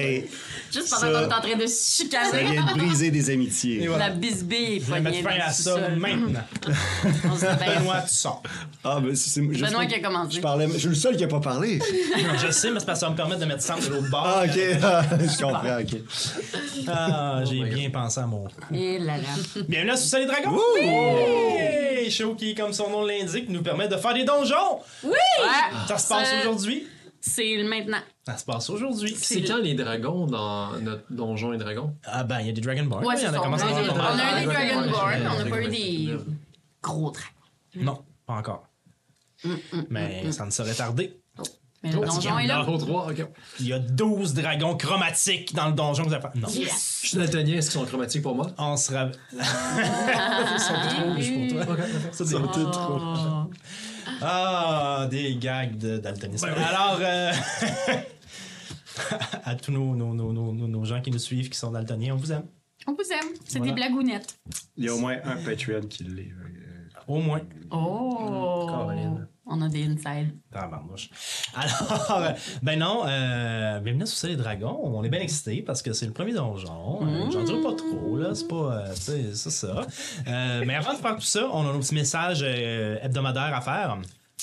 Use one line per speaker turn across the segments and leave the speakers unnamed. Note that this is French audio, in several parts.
et
Juste pendant
Ça-
qu'on est en train de se
ça
chicaner.
vient de briser des amitiés.
Et
La
voilà.
bisbille est
Je vais
poignée.
mettre fin
dans
à
le
ça
sous-sol.
maintenant.
On se dit, ben,
Benoît, tu sors.
Ah, ben, c'est c'est- je-
Benoît qui a commencé.
Je parlais, je suis le seul qui a pas parlé.
Je sais, mais c'est parce que ça va me permettre de mettre Sam de l'autre bord.
Ah, ok. je comprends, ok.
Ah, j'ai bien pensé à mon coup.
Et là là.
Bienvenue à Sous les Dragons! Oui! Hey, Show qui, comme son nom l'indique, nous permet de faire des donjons!
Ouais,
Ça se passe
Ça-
aujourd'hui?
c'est le maintenant.
Ça se passe aujourd'hui.
C'est quand les dragons dans notre donjon et dragons?
Ah ben, il y a des Dragon Ball.
Ouais,
il y
c'est
en a
ça.
Ah,
commencé à
On a
en
eu des-
avoir
on
pas mal.
a eu des Dragonborn, on n'a pas eu des
Dragonborn.
gros tracts.
Non, pas encore.
Mm,
Mais ça ne serait tardé.
Mais
Ah,
le donjon est là.
Dragon trois, ok.
Il y a 12 dragons chromatiques dans le donjon que vous avez fait. Non.
Yes!
Je suis daltonien, est-ce qu'ils sont chromatiques pour moi?
On se rappelle. Ils sont trop rouges pour
Mm.
toi. Ça, c'est-
Oh.
Ah, des gags de daltonisme. Alors, euh, à tous nos, nos, nos, nos, nos- nos gens qui nous suivent, qui sont daltoniens, on vous aime.
On vous aime. C'est
Voilà.
des blagounettes.
Il y a au moins un Patreon qui l'est.
Au moins.
Oh!
Caroline.
On a des inside.
Tabarnouche. Alors, euh, ben non, euh, bienvenue sur les dragons. On est bien excités parce que c'est le premier donjon. Euh,
Mm.
J'en dirai pas trop, là. C'est pas. euh, tu sais, c'est ça. Euh, mais avant de faire tout ça, on a nos petits messages euh, hebdomadaires à faire.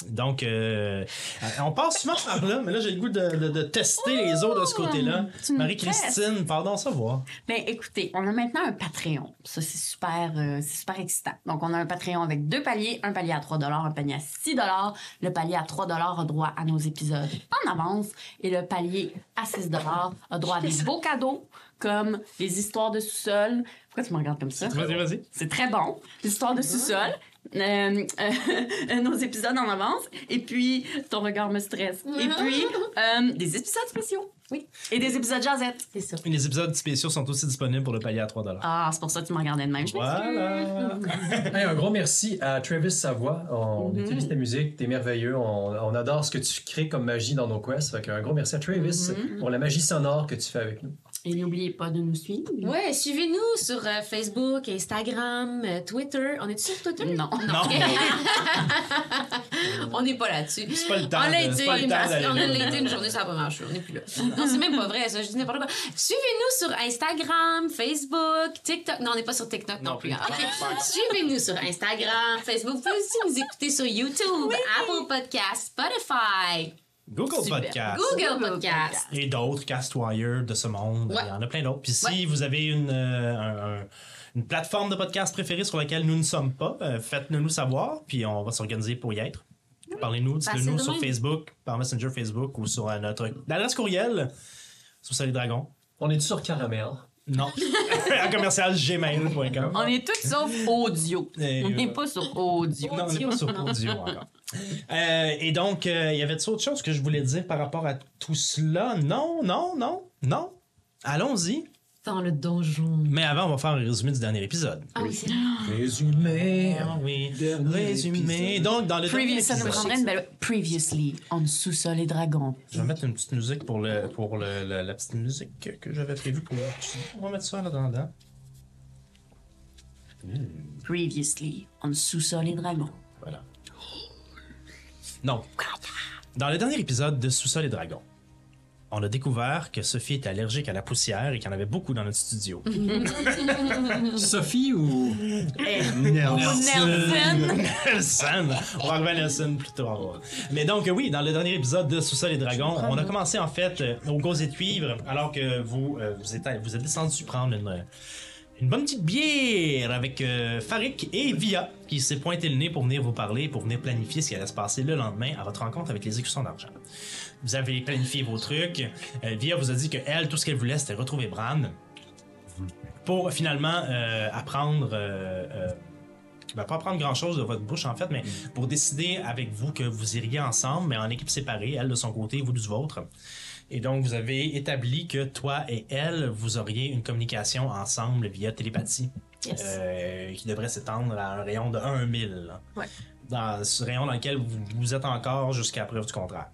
Donc, euh, on passe souvent par là, mais là, j'ai le goût de, de- de tester les autres de ce côté-là.
Tu nous
Marie-Christine, pardon, ça va.
Ben écoutez, on a maintenant un Patreon. Ça, c'est super, euh, c'est super excitant. Donc, on a un Patreon avec deux paliers, un palier à 3 un palier à 6 Le palier à 3 a droit à nos épisodes en avance et le palier à 6 a droit à des beaux cadeaux comme les histoires de sous-sol. Pourquoi tu me regardes comme ça?
Vas-y, vas-y.
C'est très bon. L'histoire de sous-sol. euh, euh, nos épisodes en avance. Et puis, ton regard me stresse. Et puis, euh, des épisodes spéciaux. Oui. Et des épisodes jazzettes. C'est ça.
Les épisodes spéciaux sont aussi disponibles pour le palier à 3
Ah, c'est pour ça que tu me regardais de même. Je
Voilà.
Hey, un gros merci à Travis Savoie. On
Mhm.
utilise ta musique, t'es merveilleux. On, on adore ce que tu crées comme magie dans nos quests. Fait un gros merci à Travis
Mm-hmm.
pour la magie sonore que tu fais avec nous.
Et n'oubliez pas de nous suivre.
Ouais, suivez-nous sur euh, Facebook, Instagram, euh, Twitter. On est sur Twitter?
Non.
Non.
On n'est pas là-dessus.
C'est pas le temps.
On l'a
de- c'est
été,
pas le temps
parce
d'aller
qu'on
là.
a l'été une journée, ça va brancher. On n'est plus là. Non, c'est même pas vrai, ça. Je dis n'importe quoi. Suivez-nous sur Instagram, Facebook, TikTok. Non, on n'est pas sur TikTok non,
Non
plus.
plus.
Ah, ok. Suivez-nous sur Instagram, Facebook. Vous pouvez aussi nous écouter sur YouTube, Apple Podcasts, Spotify,
Google
Super.
Podcast.
Google
Google
Podcasts.
et d'autres Castwire de ce monde.
Ouais.
Il y en a plein d'autres. Puis si
Ouais.
vous avez une, euh, un- un- une plateforme de podcast préférée sur laquelle nous ne sommes pas, euh, faites-le nous savoir, puis on va s'organiser pour y être. Parlez-nous, dites-le
Facile
nous
de
sur
même.
Facebook, par Messenger Facebook ou sur euh, notre adresse courriel sur Salut Dragon.
On est sur Caramel.
Non. à commercial gmail.com.
On est tous sauf audio.
Et,
on n'est
euh,
pas sur audio.
Non, on n'est pas sur audio encore. Euh, et donc, euh, il y avait autre chose que je voulais dire par rapport à tout cela? Non, non, non, non. Allons-y.
Dans le donjon.
Mais avant, on va faire un résumé du dernier épisode.
Ah oui, c'est
Résumé.
Ah oui.
Dernier
Résumé.
épisode.
Donc, dans le dernier
Previous- ça nous
épisode-
prendrait une belle. Previously, en sous-sol et dragon.
Je vais mettre une petite musique pour, le, pour le, le- la petite musique que, que j'avais prévue pour. On va mettre ça là dedans.
Previously, en sous-sol et dragon.
Voilà. Donc, dans le dernier épisode de Sous-sol et Dragons, on a découvert que Sophie est allergique à la poussière et qu'il y en avait beaucoup dans notre studio.
Sophie ou.
Nelson!
Nelson! On va arriver à Nelson plus tard. Mais donc, euh, oui, dans le dernier épisode de Sous-sol et Dragons, on a commencé en fait euh, au gosier de cuivre, alors que vous, euh, vous, êtes, vous êtes descendu prendre une, euh, une bonne petite bière avec euh, Farik et Via, qui s'est pointé le nez pour venir vous parler, pour venir planifier ce qui allait se passer le lendemain à votre rencontre avec les écussons d'argent. Vous avez planifié vos trucs. Euh, Via vous a dit que elle, tout ce qu'elle voulait, c'était retrouver Bran pour finalement euh, apprendre euh, euh, ben, pas prendre grand chose de votre bouche en fait, mais pour décider avec vous que vous iriez ensemble, mais en équipe séparée, elle de son côté, vous du vôtre. Et donc, vous avez établi que toi et elle, vous auriez une communication ensemble via télépathie
yes.
euh, qui devrait s'étendre à un rayon de 1 mille.
Ouais.
Dans ce rayon dans lequel vous, vous êtes encore jusqu'à preuve du contraire.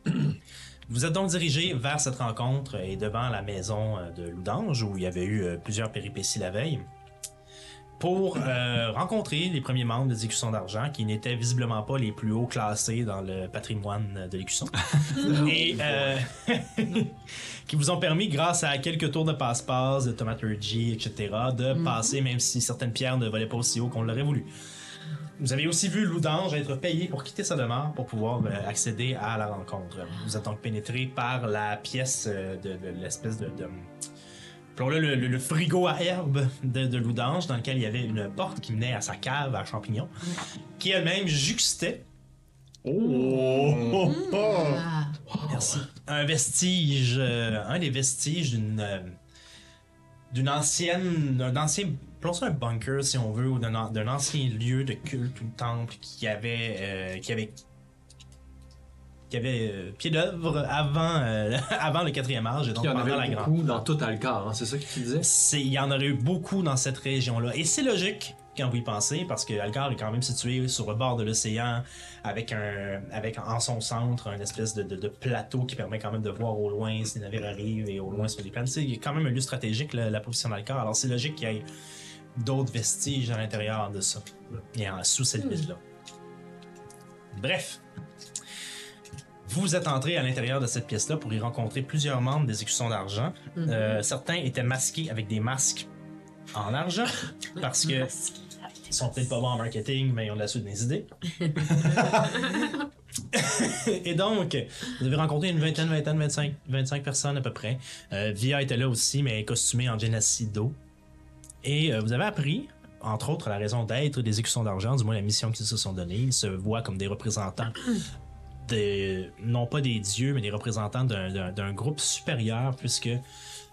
vous êtes donc dirigé vers cette rencontre et devant la maison euh, de Loudange où il y avait eu euh, plusieurs péripéties la veille. pour euh, rencontrer les premiers membres de l'écusson d'argent qui n'étaient visiblement pas les plus hauts classés dans le patrimoine de l'écusson. Et euh, qui vous ont permis, grâce à quelques tours de passe-passe, de tomaturgie, etc., de passer, même si certaines pierres ne volaient pas aussi haut qu'on l'aurait voulu. Vous avez aussi vu Loudange être payé pour quitter sa demeure pour pouvoir euh, accéder à la rencontre. Vous êtes donc pénétré par la pièce euh, de, de l'espèce de, de- appelons-le le, le- le frigo à herbes de, de Loudange, dans lequel il y avait une porte qui menait à sa cave à champignons, qui elle-même juxtait
Oh!
Ah.
Merci. Un vestige, euh, un des vestiges d'une euh, d'une ancienne, d'un ancien, appelons ça un bunker si on veut, ou d'un an- d'un ancien lieu de culte ou de temple qui avait euh, qui avait qui avait euh, pied d'œuvre avant euh, avant le quatrième âge et donc
Il y en
pendant la
avait
grande.
beaucoup dans tout Alcar, hein, c'est ça qu'il disait.
C'est- Il y en aurait eu beaucoup dans cette région-là. Et c'est logique quand vous y pensez, parce que Algar est quand même situé sur le bord de l'océan, avec, un, avec en son centre un espèce de, de- de plateau qui permet quand même de voir au loin si les navires arrivent et au loin sur les plaines. C'est quand même un lieu stratégique, la, la position d'Algar. Alors c'est logique qu'il y ait d'autres vestiges à l'intérieur de ça, et en, sous cette ville-là. Bref. Vous êtes entré à l'intérieur de cette pièce-là pour y rencontrer plusieurs membres des Écussons d'argent. Euh, certains étaient masqués avec des masques en argent parce que ils sont peut-être pas bons en marketing, mais ils ont de la suite des idées. Et donc, vous avez rencontré une vingtaine, vingtaine, 25, 25 personnes à peu près. Euh, Via était là aussi, mais costumée en Genasido. Et euh, vous avez appris, entre autres, la raison d'être des écussons d'argent, du moins la mission qu'ils se sont donnée. Ils se voient comme des représentants des- non pas des dieux, mais des représentants d'un- d'un d'un groupe supérieur, puisque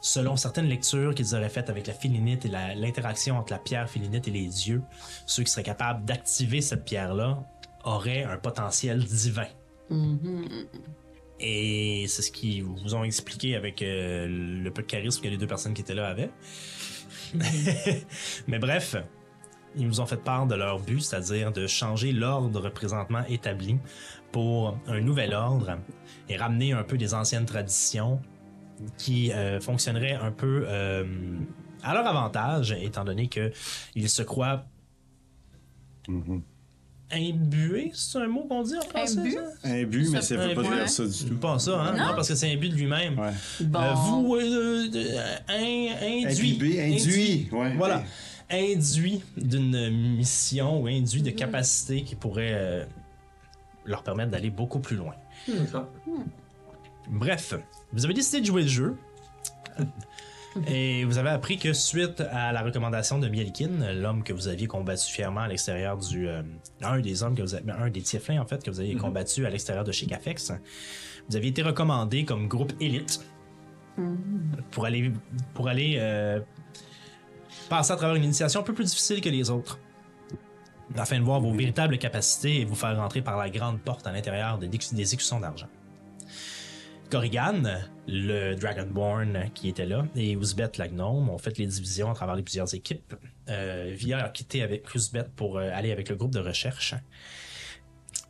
selon certaines lectures qu'ils auraient faites avec la félinite et la- l'interaction entre la pierre félinite et les dieux, ceux qui seraient capables d'activer cette pierre-là auraient un potentiel divin.
Mhm.
Et c'est ce qu'ils vous ont expliqué avec euh, le peu de charisme que les deux personnes qui étaient là avaient. Mais bref, ils nous ont fait part de leur but, c'est-à-dire de changer l'ordre présentement établi pour un nouvel ordre et ramener un peu des anciennes traditions qui euh, fonctionneraient un peu euh, à leur avantage, étant donné que ils se croient imbués, c'est un mot qu'on dit en français?
Imbu?
ça?
Un but, mais ça
Un
veut pas
but.
dire ça du tout.
Pas ça, hein? Non, parce que c'est imbu de lui-même.
Ouais.
Bon.
Euh, vous, euh, euh, in- induit.
Imbibé, induit. Ouais.
Voilà. Induit d'une mission ou induit de capacités qui pourraient euh, leur permettre d'aller beaucoup plus loin. Bref, vous avez décidé de jouer le jeu. Et vous avez appris que suite à la recommandation de Mielkin, l'homme que vous aviez combattu fièrement à l'extérieur du... euh, un des hommes que vous avez... Un des Tieflins, en fait, que vous aviez combattu à l'extérieur de chez Cafex. Vous aviez été recommandé comme groupe élite pour aller... Pour aller euh, passer à travers une initiation un peu plus difficile que les autres. Afin de voir vos véritables capacités et vous faire rentrer par la grande porte à l'intérieur des, des écussons d'argent. Corrigan, le Dragonborn qui était là, et Uzbet la gnome ont fait les divisions à travers les plusieurs équipes. Euh, Via a quitté avec Uzbet pour euh, aller avec le groupe de recherche.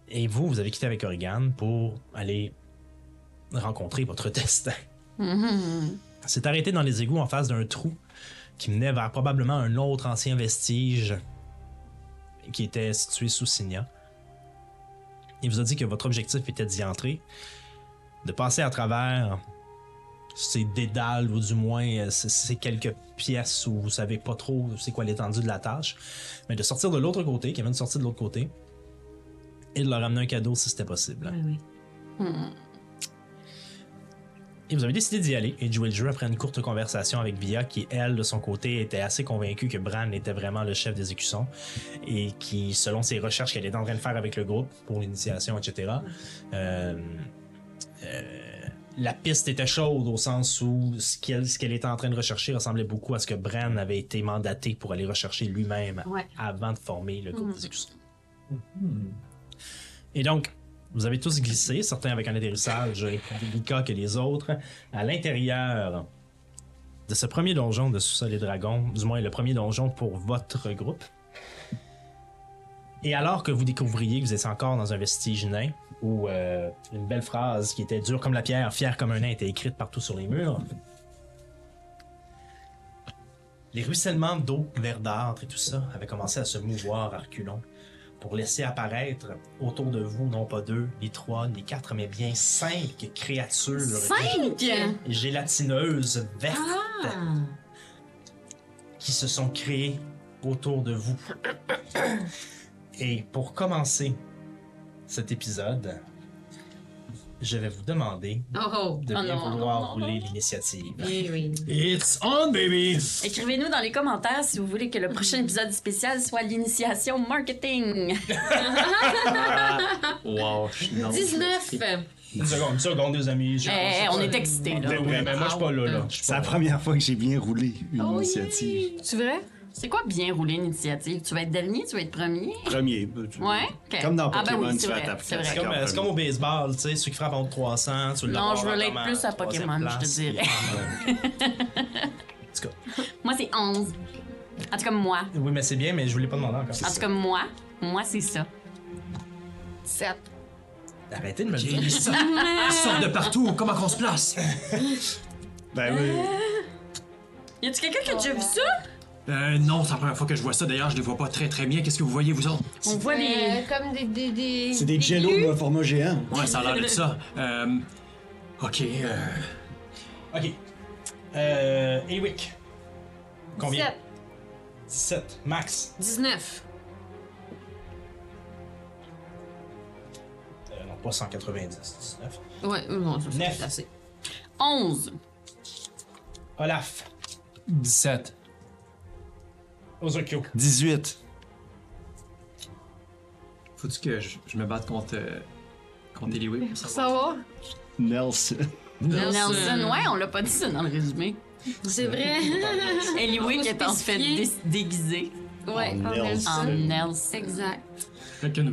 Et vous, vous avez quitté avec Corrigan pour aller rencontrer votre destin.
Mhm.
S'est arrêté dans les égouts en face d'un trou qui menait vers probablement un autre ancien vestige qui était situé sous Signa. Il vous a dit que votre objectif était d'y entrer, de passer à travers ces dédales ou du moins euh, ces- ces quelques pièces où vous savez pas trop c'est quoi l'étendue de la tâche, mais de sortir de l'autre côté, qu'il y avait une sortie de l'autre côté, et de leur amener un cadeau si c'était possible.
oui.
Et vous avez décidé d'y aller et de jouer le jeu après une courte conversation avec Via, qui, elle, de son côté, était assez convaincue que Bran était vraiment le chef des écussons et qui, selon ses recherches qu'elle était en train de faire avec le groupe pour l'initiation, etc., euh, euh, la piste était chaude au sens où ce qu'elle ce qu'elle était en train de rechercher ressemblait beaucoup à ce que Bran avait été mandaté pour aller rechercher lui-même
Ouais.
avant de former le groupe des écussons. Et donc, vous avez tous glissé, certains avec un atterrissage plus délicat que les autres, à l'intérieur de ce premier donjon de Sous-sol et Dragons, du moins le premier donjon pour votre groupe. Et alors que vous découvriez que vous êtes encore dans un vestige nain, où euh, une belle phrase qui était dure comme la pierre, fière comme un nain était écrite partout sur les murs, les ruissellements d'eau verdâtre et tout ça avaient commencé à se mouvoir à reculons pour laisser apparaître autour de vous, non pas deux, ni trois, ni quatre, mais bien cinq créatures
Cinq!
gélatineuses vertes
Ah!
Ah.
qui se sont créées autour de vous. Et pour commencer cet épisode, je vais vous demander
Oh oh.
de
Oh
bien
non,
vouloir
non, non,
rouler l'initiative.
Oui, oui.
It's on, baby!
Écrivez-nous dans les commentaires si vous voulez que le
Mm.
prochain épisode spécial soit l'initiation marketing.
Wow, je suis
19.
Une seconde, une seconde, les amis. Je-
Eh, on est excités, là.
Ben oui, mais moi, je suis pas là, là. Je suis
C'est
pas
la
là.
première fois que j'ai bien roulé une
Ah
initiative.
C'est vrai?
C'est quoi bien rouler une initiative? Tu vas être dernier, tu vas être premier?
Premier. euh, tu-
Ouais? ok.
Comme dans
Ah ben
Pokémon,
oui,
tu
c'est
fais
vrai,
ta
c'est vrai.
place.
C'est comme, c'est comme au baseball, tu sais, ceux qui frappent entre 300, tu le
Non,
leur
je relate
vraiment
plus à
troisième
Pokémon, je te
place,
dirais.
puis- En tout cas,
Moi, c'est 11. En tout cas, moi.
oui, mais c'est bien, mais je voulais pas demander encore.
En tout cas, moi. Moi, c'est ça.
7.
Arrêtez de me le dire.
Ils sortent ils sortent de partout, comment qu'on se place?
Ben oui.
Ah! Y a-tu quelqu'un qui a déjà vu ça?
Euh, non, c'est la première fois que je vois ça. D'ailleurs, je les vois pas très très bien. Qu'est-ce que vous voyez, vous autres?
On voit
Euh,
des.
comme des. des, des
C'est des jello
glues.
euh, format géant.
Ouais, ça a l'air de ça. Euh, ok, euh,
Ok. Euh. Ewick. Combien
17.
17. Max.
19.
Euh, non, pas 190, 19.
Ouais, bon, ça,
Neuf.
c'est assez.
11.
Olaf.
17.
Ozokyo.
18.
faut-tu que je, je me batte contre, euh, contre Eliwick?
Ça va?
Nelson.
Nelson, ouais, on l'a pas dit ça dans le résumé.
C'est vrai.
Eliwick
Faut
est en fait
spécifier.
dé- déguisé
ouais,
En
en Nelson.
en Nelson.
Exact.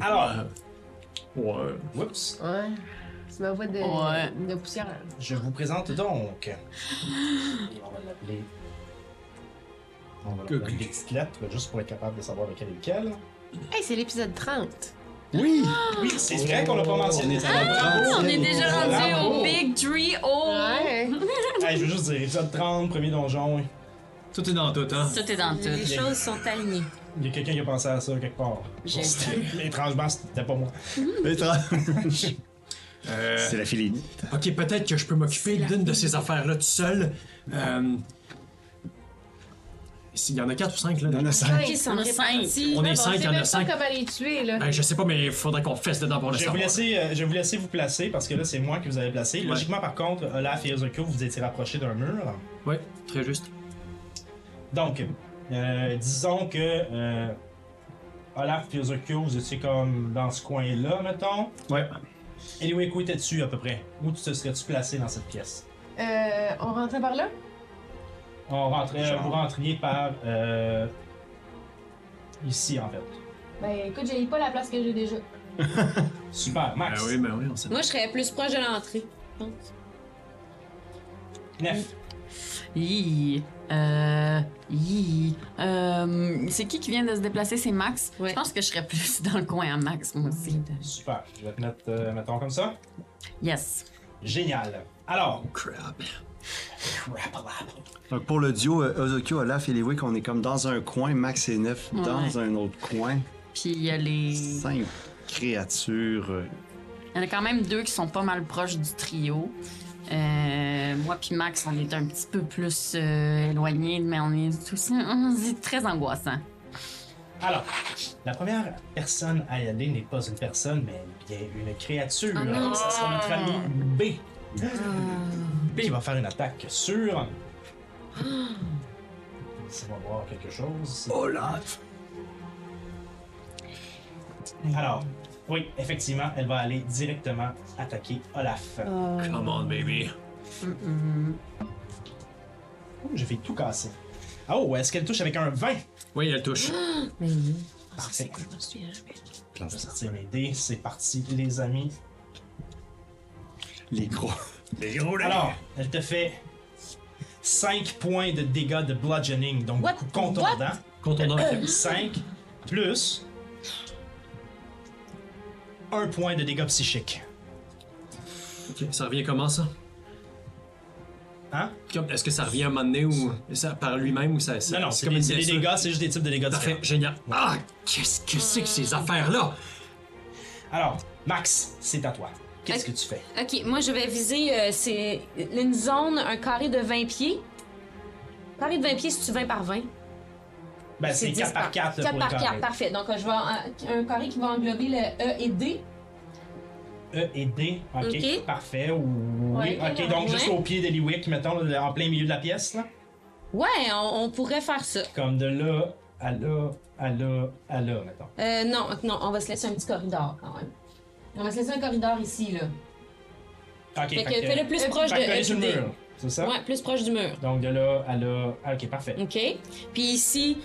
Alors.
Ouais.
Whoops.
Ouais. C'est ma voix de,
Ouais.
de poussière.
Je vous présente donc. Et on va l'appeler. On va l'appeler des petites lettres, juste pour être capable de savoir lequel est lequel.
Hey, c'est l'épisode 30.
Oui.
Ah!
Oui, c'est vrai qu'on l'a pas mentionné. ça.
On est déjà rendu
Bravo.
au Big Tree O.
Ouais.
Hey, je veux juste dire, épisode 30, premier donjon.
Tout est dans tout, hein?
Tout est dans tout.
Les choses sont alignées.
Il y a quelqu'un qui a pensé à ça quelque part.
J'ai-
Étrangement, c'était pas moi.
Euh,
C'est la filine.
ok, peut-être que je peux m'occuper d'une de ces affaires-là tout seul. Euh, il y en a quatre ou cinq, là.
Il y en a cinq.
Ouais.
Qui
On
sont
est cinq.
répartis?
On est cinq,
on
il y
sait
en
même
a cinq.
pas comment les tuer, là.
Ben, je sais pas, mais il faudrait qu'on fesse dedans pour le
Je vais, vous
savoir.
laisser, euh, je vais vous laisser vous placer parce que là, c'est moi qui vous avais placé.
Ouais.
Logiquement, par contre, euh, Olaf et Ozokyo, vous étiez rapprochés d'un mur.
Ouais, très juste.
Donc, euh, disons que euh, Olaf et Ozokyo, vous étiez comme dans ce coin-là, mettons.
Ouais.
Anyway, où étais-tu à peu près Où tu te serais-tu placé dans cette pièce
Euh, on rentrait par là?
On rentrait, Vous rentriez par. euh, ici, en fait.
Ben, écoute, j'ai pas la place que j'ai déjà.
Super,
Ben
Max.
oui, ben oui, on sait.
Moi, je serais plus proche de l'entrée.
Nef.
Hi. Euh. Hi. Euh. C'est qui qui vient de se déplacer? C'est Max?
Ouais.
Je pense que je serais plus dans le coin à Max, moi aussi.
Super. Je vais te mettre, euh, mettons comme ça.
Yes.
Génial. Alors,
Oh, crap.
Donc, pour le duo euh, Ozokyo, Olaf et Lewick, on est comme dans un coin, Max et Neuf dans un autre coin.
Puis il y a les.
Cinq créatures. euh,
Il y en a quand même deux qui sont pas mal proches du trio. Euh, moi puis Max, on est un petit peu plus euh, éloignés, mais on est tous c'est très angoissant.
Alors, la première personne à y aller n'est pas une personne, mais bien une créature.
Oh non.
Ça sera notre ami B. B qui va faire une attaque sur. Ça va voir quelque chose.
Olaf.
Alors, oui, effectivement, elle va aller directement attaquer Olaf.
Come on, baby.
Ouh, Je vais tout casser. Oh, est-ce qu'elle touche avec un 20?
Oui, elle touche.
Parfait.
Je me souviens jamais.
Je vais sortir mes dés. C'est parti, les amis.
Les gros. Les gros,
Alors, elle te fait 5 points de dégâts de bludgeoning, donc
What?
beaucoup contondant.
Quand on dort,
5 plus 1 point de dégâts psychiques.
ok, ça revient comment ça?
Hein?
Comme- Est-ce que ça revient à un moment donné ou ça, par lui-même ou ça. ça-
Non, non, c'est
comme
des,
une
c'est des
blessure?
dégâts, c'est juste des types de dégâts
Parfait,
différents.
génial. Ah, qu'est-ce que c'est que ces affaires-là?
Alors, Max, c'est à toi. Qu'est-ce que tu fais?
Ok, moi je vais viser euh, c'est une zone, un carré de 20 pieds. Carré de 20 pieds, c'est-tu 20 par 20?
Ben, c'est
10
4 par 4, là,
4
pour
par
le
4,
carré.
parfait. Donc euh, je vais en- un carré qui va englober le E et D.
E et D. Ok,
Ok.
parfait. ou- Oui,
Ouais,
ok, donc
ouais.
juste au pied d'Eliwick, mettons, là, en plein milieu de la pièce, là.
Ouais, on, on pourrait faire ça.
Comme de là à là, à là, à là, mettons.
Euh, non, non, on va se laisser un petit corridor quand même. On va se laisser un corridor ici, là.
Ok,
fait que fais-le plus
Fait
proche
que
de
collé
E
sur
et
le
D.
mur, c'est ça?
Ouais, Mm. plus proche du mur.
Donc de là à là. ah, Ok, parfait.
OK? Puis ici,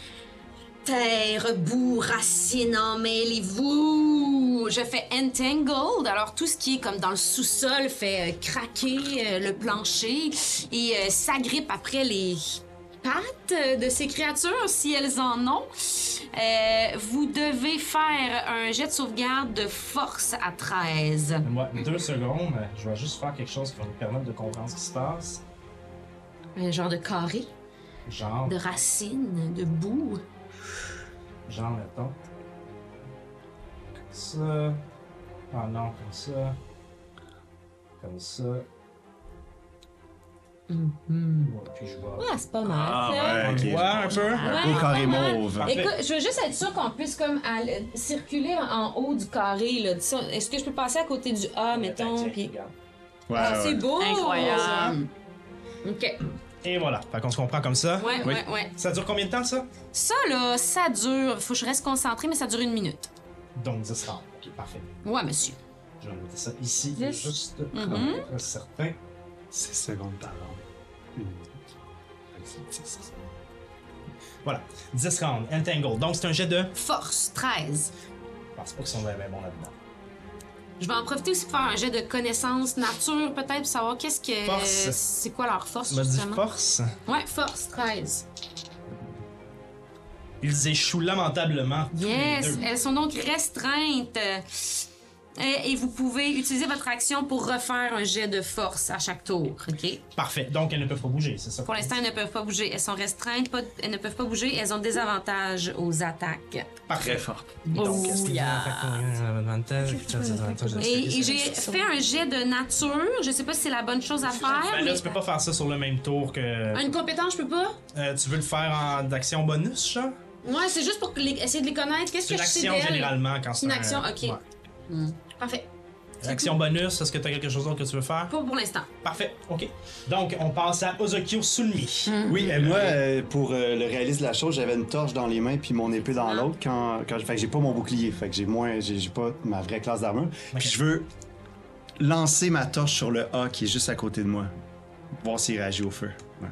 terre, boue, racine, emmêlez-vous! Je fais entangled, alors tout ce qui est comme dans le sous-sol fait euh, craquer euh, le plancher et euh, s'agrippe après les pattes euh, de ces créatures, si elles en ont. Euh, vous devez faire un jet de sauvegarde de force à 13.
Moi, deux secondes, euh, je vais juste faire quelque chose qui va nous permettre de comprendre ce qui se passe.
Un genre de carré,
Genre,
de racine, de boue.
genre, mettons. Comme ça. Ah non, comme ça. Comme ça. Ouais, puis je vois.
Ah, c'est pas mal, ça. Ah
On le voit un peu.
Un
Ouais,
beau carré
pas mal.
mauve.
Parfait.
Écoute, je veux juste être sûr qu'on puisse comme aller- circuler en haut du carré. là. Ça, Est-ce que je peux passer à côté du A, mettons?
Tiens,
Puis...
regarde.
Ouais,
Ah,
ouais.
c'est beau!
Incroyable.
Ok,
Et voilà. Fait qu'on se comprend comme ça.
ouais, ouais, ouais.
Ça dure combien de temps ça?
Ça, là, ça dure. Faut que je reste concentrée, mais ça dure une minute.
Donc 10 rounds. Ok, parfait.
Ouais, monsieur.
Je vais mettre ça ici,
Dix.
juste pour
Mhm.
être certain.
6 secondes par an. Une minute.
Voilà. 10 rounds, entangle. Donc c'est un jet de.
Force, 13.
Je pense pas qu'ils sont bien bons là-dedans.
Je vais en profiter aussi pour faire un jet de connaissances nature, peut-être, pour savoir qu'est-ce que.
Force.
C'est quoi leur force,
Tu m'as dit
justement?
force.
Ouais, force, 13.
Ils échouent lamentablement. tous les
Yes,
deux.
elles sont donc restreintes. Euh, Et, et vous pouvez utiliser votre action pour refaire un jet de force à chaque tour, OK?
Parfait. Donc elles ne peuvent pas bouger, c'est ça?
Pour l'instant, elles ne peuvent pas bouger. Elles sont restreintes, pas- elles ne peuvent pas bouger. Elles ont des avantages aux attaques.
Parfait.
fort.
Donc, est-ce que
yeah.
vous avez un avantage, quelque chose, des avantages, des
Oh, Et, et
avantages,
j'ai
des avantages?
fait un jet de nature. Je sais pas si c'est la bonne chose à faire.
Ben là, tu peux
mais-
pas faire ça sur le même tour que.
Une compétence, je peux pas?
Euh, tu veux le faire en d'action bonus, genre?
Moi, c'est juste pour les- essayer de les connaître. Qu'est-ce
C'est
que
une
je sais
action
d'elles?
généralement quand c'est.
Une
un-
action, ok.
ouais.
Parfait.
Action bonus, est-ce que tu as quelque chose d'autre que tu veux faire?
Pas pour l'instant.
Parfait, ok. Donc, on passe à Ozokyo Sulmi.
Oui, euh, moi, euh, pour euh, le réalisme de la chose, j'avais une torche dans les mains puis mon épée dans
Ah.
l'autre. Quand, quand, fait que j'ai pas mon bouclier, fait que j'ai moins, j'ai j'ai pas ma vraie classe d'armure.
Ok.
Puis je veux lancer ma torche sur le A qui est juste à côté de moi, voir s'il réagit au feu. Ouais.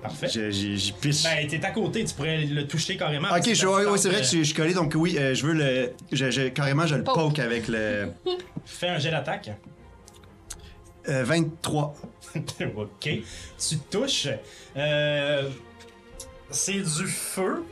Parfait.
Je- J'y j'y piche.
Ben, t'es à côté, tu pourrais le toucher carrément.
Ah, ok, je, ouais, ouais, c'est vrai que
tu.
je, je suis collé, donc oui, euh, je veux le, je- je- carrément, je le
Poke.
poke, avec le
Fais un jet d'attaque.
euh, 23.
ok. Tu touches. Euh, c'est du feu.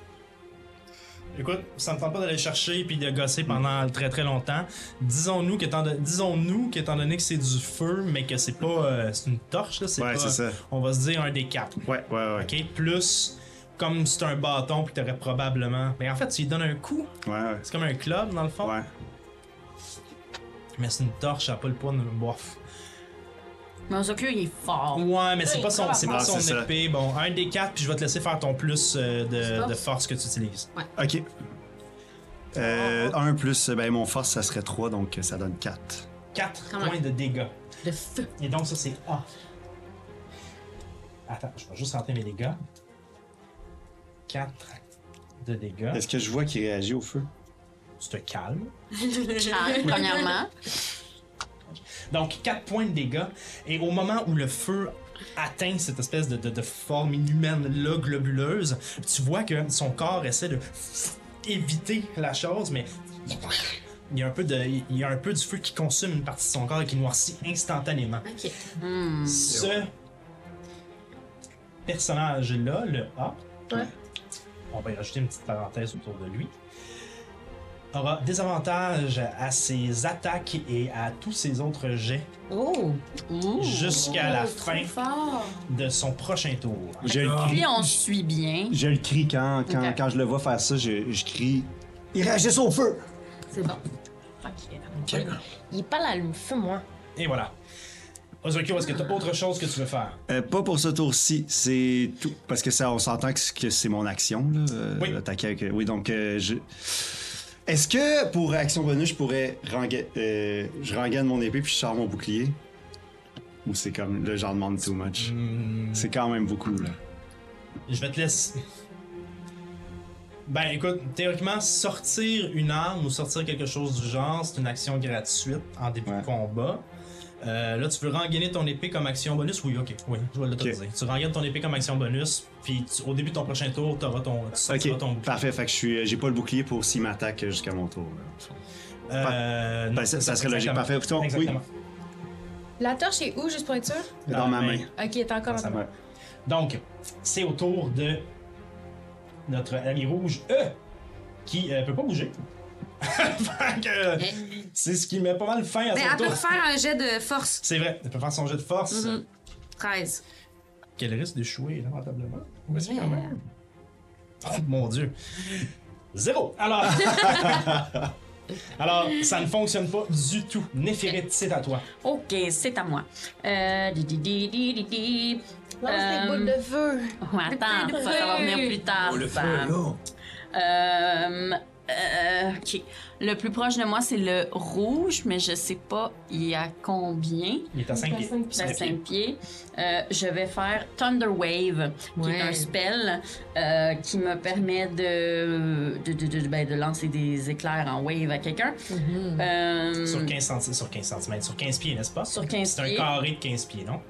Écoute, ça me tente pas d'aller chercher puis de gosser pendant
Hmm.
très très longtemps. Disons-nous qu'étant don- disons-nous qu'étant donné que c'est du feu, mais que c'est pas euh, c'est une torche là, c'est
Ouais,
pas-
c'est ça.
On va se dire un des quatre.
Ouais, ouais, ouais.
Ok. Plus comme c'est un bâton puis t'aurais probablement. Mais en fait, tu lui donnes un coup.
Ouais, ouais.
C'est comme un club dans le fond.
Ouais.
Mais c'est une torche, ça a pas le poids de bof.
Mais Ozokyo, il est fort.
Ouais, mais c'est pas son, c'est pas
Ah,
son
c'est ça.
épée. Bon, un des quatre, puis je vais te laisser faire ton plus euh, de,
Force.
de force que tu utilises.
Ok. Euh, 1 plus, ben mon force, ça serait 3, donc euh, ça donne 4.
4
Quand même.
points de dégâts.
De feu.
Et donc, ça, c'est A. Attends, je vais juste rentrer mes dégâts. 4 de dégâts.
Est-ce que je vois qu'il réagit au feu?
Tu te calmes.
Charles, premièrement.
Donc, 4 points de dégâts. Et au moment où le feu atteint cette espèce de, de- de forme inhumaine-là, globuleuse, tu vois que son corps essaie de éviter la chose, mais il y a un peu, de, il y a un peu du feu qui consume une partie de son corps et qui noircit instantanément.
OK.
Ce personnage-là, le A,
Ouais.
on va y rajouter une petite parenthèse autour de lui, aura désavantage à ses attaques et à tous ses autres jets
Oh!
jusqu'à la fin
fort.
de son prochain tour.
Je le
Ah,
crie,
Puis on suit bien.
je le crie quand, quand,
Ok.
quand je le vois faire ça, je, je crie Ils réagissent au feu
C'est bon.
Ok.
Il est pas là, le feu, moi.
Et voilà. Ozokyo, est-ce que tu as autre chose que tu veux faire?
Euh, Pas pour ce tour-ci, c'est tout. Parce que ça, on s'entend que c'est- que c'est mon action, là. euh,
Oui.
attaquer avec- Oui, donc euh, je. Est-ce que pour action bonus, je pourrais. ranga- euh, je rengaine mon épée puis je sors mon bouclier Ou c'est comme. Là, j'en demande too much.
Hmm,
C'est quand même beaucoup, là.
Je vais te laisser. Ben écoute, théoriquement, sortir une arme ou sortir quelque chose du genre, c'est une action gratuite en début
Ouais.
de combat. Euh, là, tu veux rengainer ton épée comme action bonus? Oui, ok. Oui, je vais l'autoriser. Tu rengaines ton épée comme action bonus, puis tu- au début de ton prochain tour, t'auras ton, tu sortiras
Ok,
ton bouclier.
parfait. Fait que je suis, euh, j'ai pas le bouclier pour s'il m'attaque euh, jusqu'à mon tour. là.
Euh, non,
Ben, ça, ça serait logique.
exactement.
Parfait. Puis on- Oui,
Exactement.
La torche est où, juste pour être sûr?
dans ma main.
Ok, t'es encore
Ça
en
va. Donc, c'est au tour de notre ami rouge E qui euh, peut pas bouger. Fait que, euh, c'est ce qui met pas mal fin à
Mais
son
elle peut
tour.
Ben, faire un jet de force.
C'est vrai, elle peut faire son jeu de force.
Mm-hmm.
Mhm. 13.
Qu'elle risque d'échouer lamentablement. Vas-y quand même. Oh mon dieu. Zéro. Alors. Alors, ça ne fonctionne pas du tout. Néphérite, c'est à toi.
OK, c'est à moi. Euh, di, di, di, di, di, di.
Lance des
Euh,
boules de feu.
Oh, attends, ça, ça va venir plus tard.
Oh,
ça. Euh, euh, OK. Le plus proche de moi, c'est le rouge, mais je sais pas il y a combien.
Il est à 5 pieds.
Personne qui-
C'est à 5 pieds. Euh, je vais faire Thunder Wave, qui
Ouais.
est un spell euh, qui me permet de, de, de, de- ben, de lancer des éclairs en wave à quelqu'un. Euh,
Mm-hmm. Sur 15 cm, sur 15 centimètres, sur 15 pieds, n'est-ce pas?
Sur 15
C'est un
pieds.
carré de 15 pieds, non?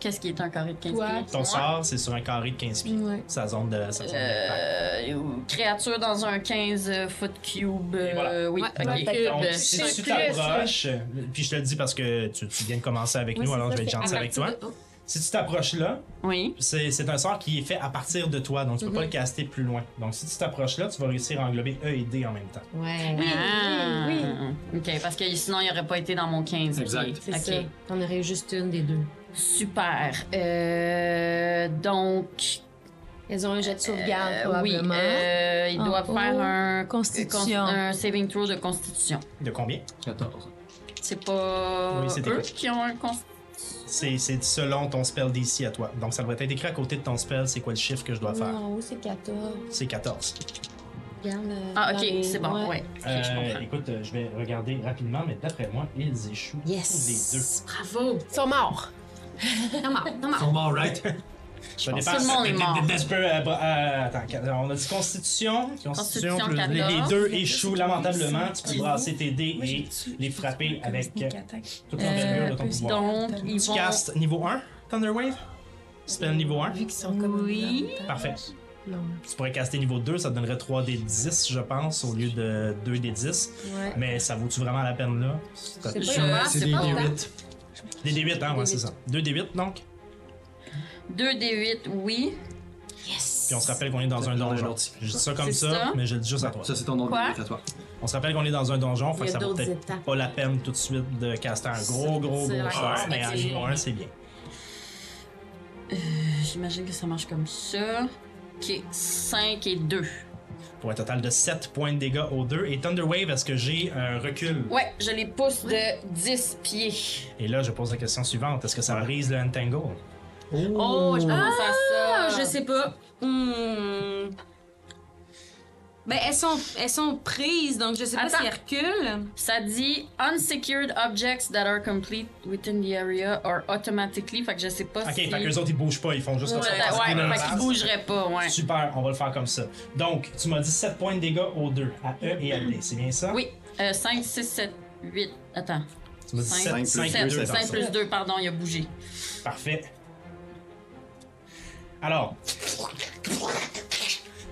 Qu'est-ce qui est un carré de 15
Toi.
pieds?
Ton
Moi.
sort, c'est sur un carré de 15 pieds.
Ouais.
Sa zone de. Sa zone d'impact.
Euh, créature dans un 15 foot cube. euh,
Et voilà.
oui,
Ouais,
ok.
ouais, fait que-
Donc,
ben,
si
c'est
tu
plus, ouais.
t'approches, euh, puis je te le dis parce que tu, tu viens de commencer avec
Ouais,
nous,
c'est
alors
ça,
je vais être
c'est
gentil
à
avec toi. Si tu t'approches là,
Oui.
c'est c'est un sort qui est fait à partir de toi, donc tu peux pas le caster plus loin. Donc si tu t'approches là, tu vas réussir à englober E et D en même
Oh.
temps.
Ouais.
Oui,
Ah,
oui,
OK, parce que sinon, il n'aurait pas été dans mon 15. ok.
Exact.
C'est
OK.
ça. T'en aurais juste une des deux.
Super. Euh, donc,
Elles ont un jet de sauvegarde,
euh, oui,
probablement.
euh, ils
En
doivent
haut,
faire un, euh,
constitution.
un saving throw de constitution.
De combien
14.
C'est pas
Oui, c'était
eux
quoi?
qui ont un constitution.
C'est c'est selon ton spell DC à toi. Donc ça devrait être écrit à côté de ton spell, c'est quoi le chiffre que je dois faire.
Non, en haut, c'est 14.
C'est 14.
Regarde. euh,
Ah,
dans
OK,
les-
c'est bon, ouais. OK,
Euh,
je comprends.
écoute, euh, je vais regarder rapidement, mais d'après moi, ils échouent tous les deux.
Euh, Yes! Bravo!
Ils sont morts.
Non, mort, non, mort.
Sont morts, right?
Je
pense
dépense-
tout le monde est mort.
Je peux, euh, bah, euh, attends, qu- on a dit constitution. Constitution,
Constitution
plus- les- les
14.
deux échouent lamentablement. Tu peux brasser tes dés et les frapper avec euh, toute l'envergure de ton pouvoir.
Donc, ils
Tu
vont...
castes niveau 1, Thunderwave. Spell niveau 1.
Vu qu'ils sont comme
Oui.
Parfait.
Non.
Tu pourrais caster niveau 2, ça te donnerait 3d10, je pense, au lieu de 2d10.
Ouais.
Mais ça vaut-tu vraiment la peine là? C'est-
C'est
Je-
pas grave.
Ah, c'est
des
pas autant.
D8.
Des d8, hein, ouais, c'est ça. 2d8 donc.
2 D8, oui.
Yes!
Puis on se rappelle qu'on est dans un
Dans un
donjon.
autre.
Je dis ça comme
C'est ça.
ça, mais je le dis juste à toi.
Ça, c'est ton nom de
Quoi?
D8 à toi.
On se rappelle qu'on est dans un donjon, fait
Il y
que
a
ça vaut
d'autres
peut-être
étapes.
pas la peine tout de suite de caster un gros, gros,
C'est
gros
la
sort,
classe,
mais à
ok.
niveau 1, c'est bien.
Euh, J'imagine que ça marche comme ça. OK, 5 et 2.
Pour un total de 7 points de dégâts aux deux. Et Thunder Wave, est-ce que j'ai un recul?
Ouais, je les pousse de 10 pieds.
Et là, je pose la question suivante. Est-ce que ça brise le Entangle?
Oh, je pense à ça.
Ah, je sais pas. Hmm. Ben, elles sont, elles sont prises, donc je sais pas
Attends.
si elles reculent.
Ça dit unsecured objects that are complete within the area or automatically. Fait que je sais pas
Ok, fait
si.
que les autres ils bougent pas, ils font juste
Ouais,
comme ça.
ouais, fait qu'ils bougeraient pas, ouais.
Super, on va le faire comme ça. Donc, tu m'as dit 7 points de dégâts aux deux, à E et à D, c'est bien ça?
Oui, euh, 5, 6, 7, 8. Attends.
Tu m'as dit
Cinq.
7, 5,
Cinq plus
7,
deux, c'est
5 plus 2, pardon, il a bougé.
Parfait. Alors.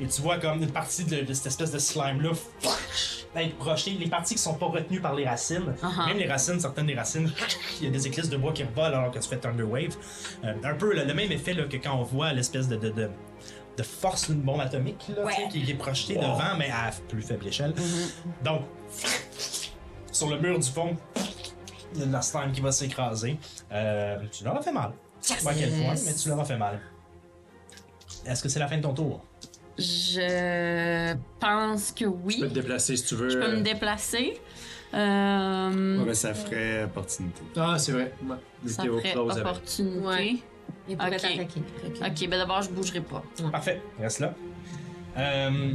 Et tu vois comme une partie de, de cette espèce de slime-là être projetée. Les parties qui sont pas retenues par les racines,
Uh-huh.
même les racines, certaines des racines, il y a des éclisses de bois qui volent alors que tu fais Thunder Wave. Euh, un peu le, le même effet là, que quand on voit l'espèce de, de, de- de force d'une bombe atomique là, tu sais, qui, qui est projetée devant, mais à plus faible échelle. Donc, sur le mur du fond, il y a de la slime qui va s'écraser. Euh, tu leur as fait mal. Je sais pas à quel point, mais tu leur as fait mal. Est-ce que c'est la fin de ton tour?
Je pense que
Tu peux
oui.
te déplacer si tu veux.
Je peux me déplacer. Euh,
Ouais, ben, ça ferait opportunité.
Ah, c'est vrai. Ouais.
ça
Vidéo
ferait
close avec.
opportunité.
Ouais.
Il pourrait
Ok.
t'attaquer.
Ok, ben d'abord, je bougerai pas.
Parfait, reste là. Euh,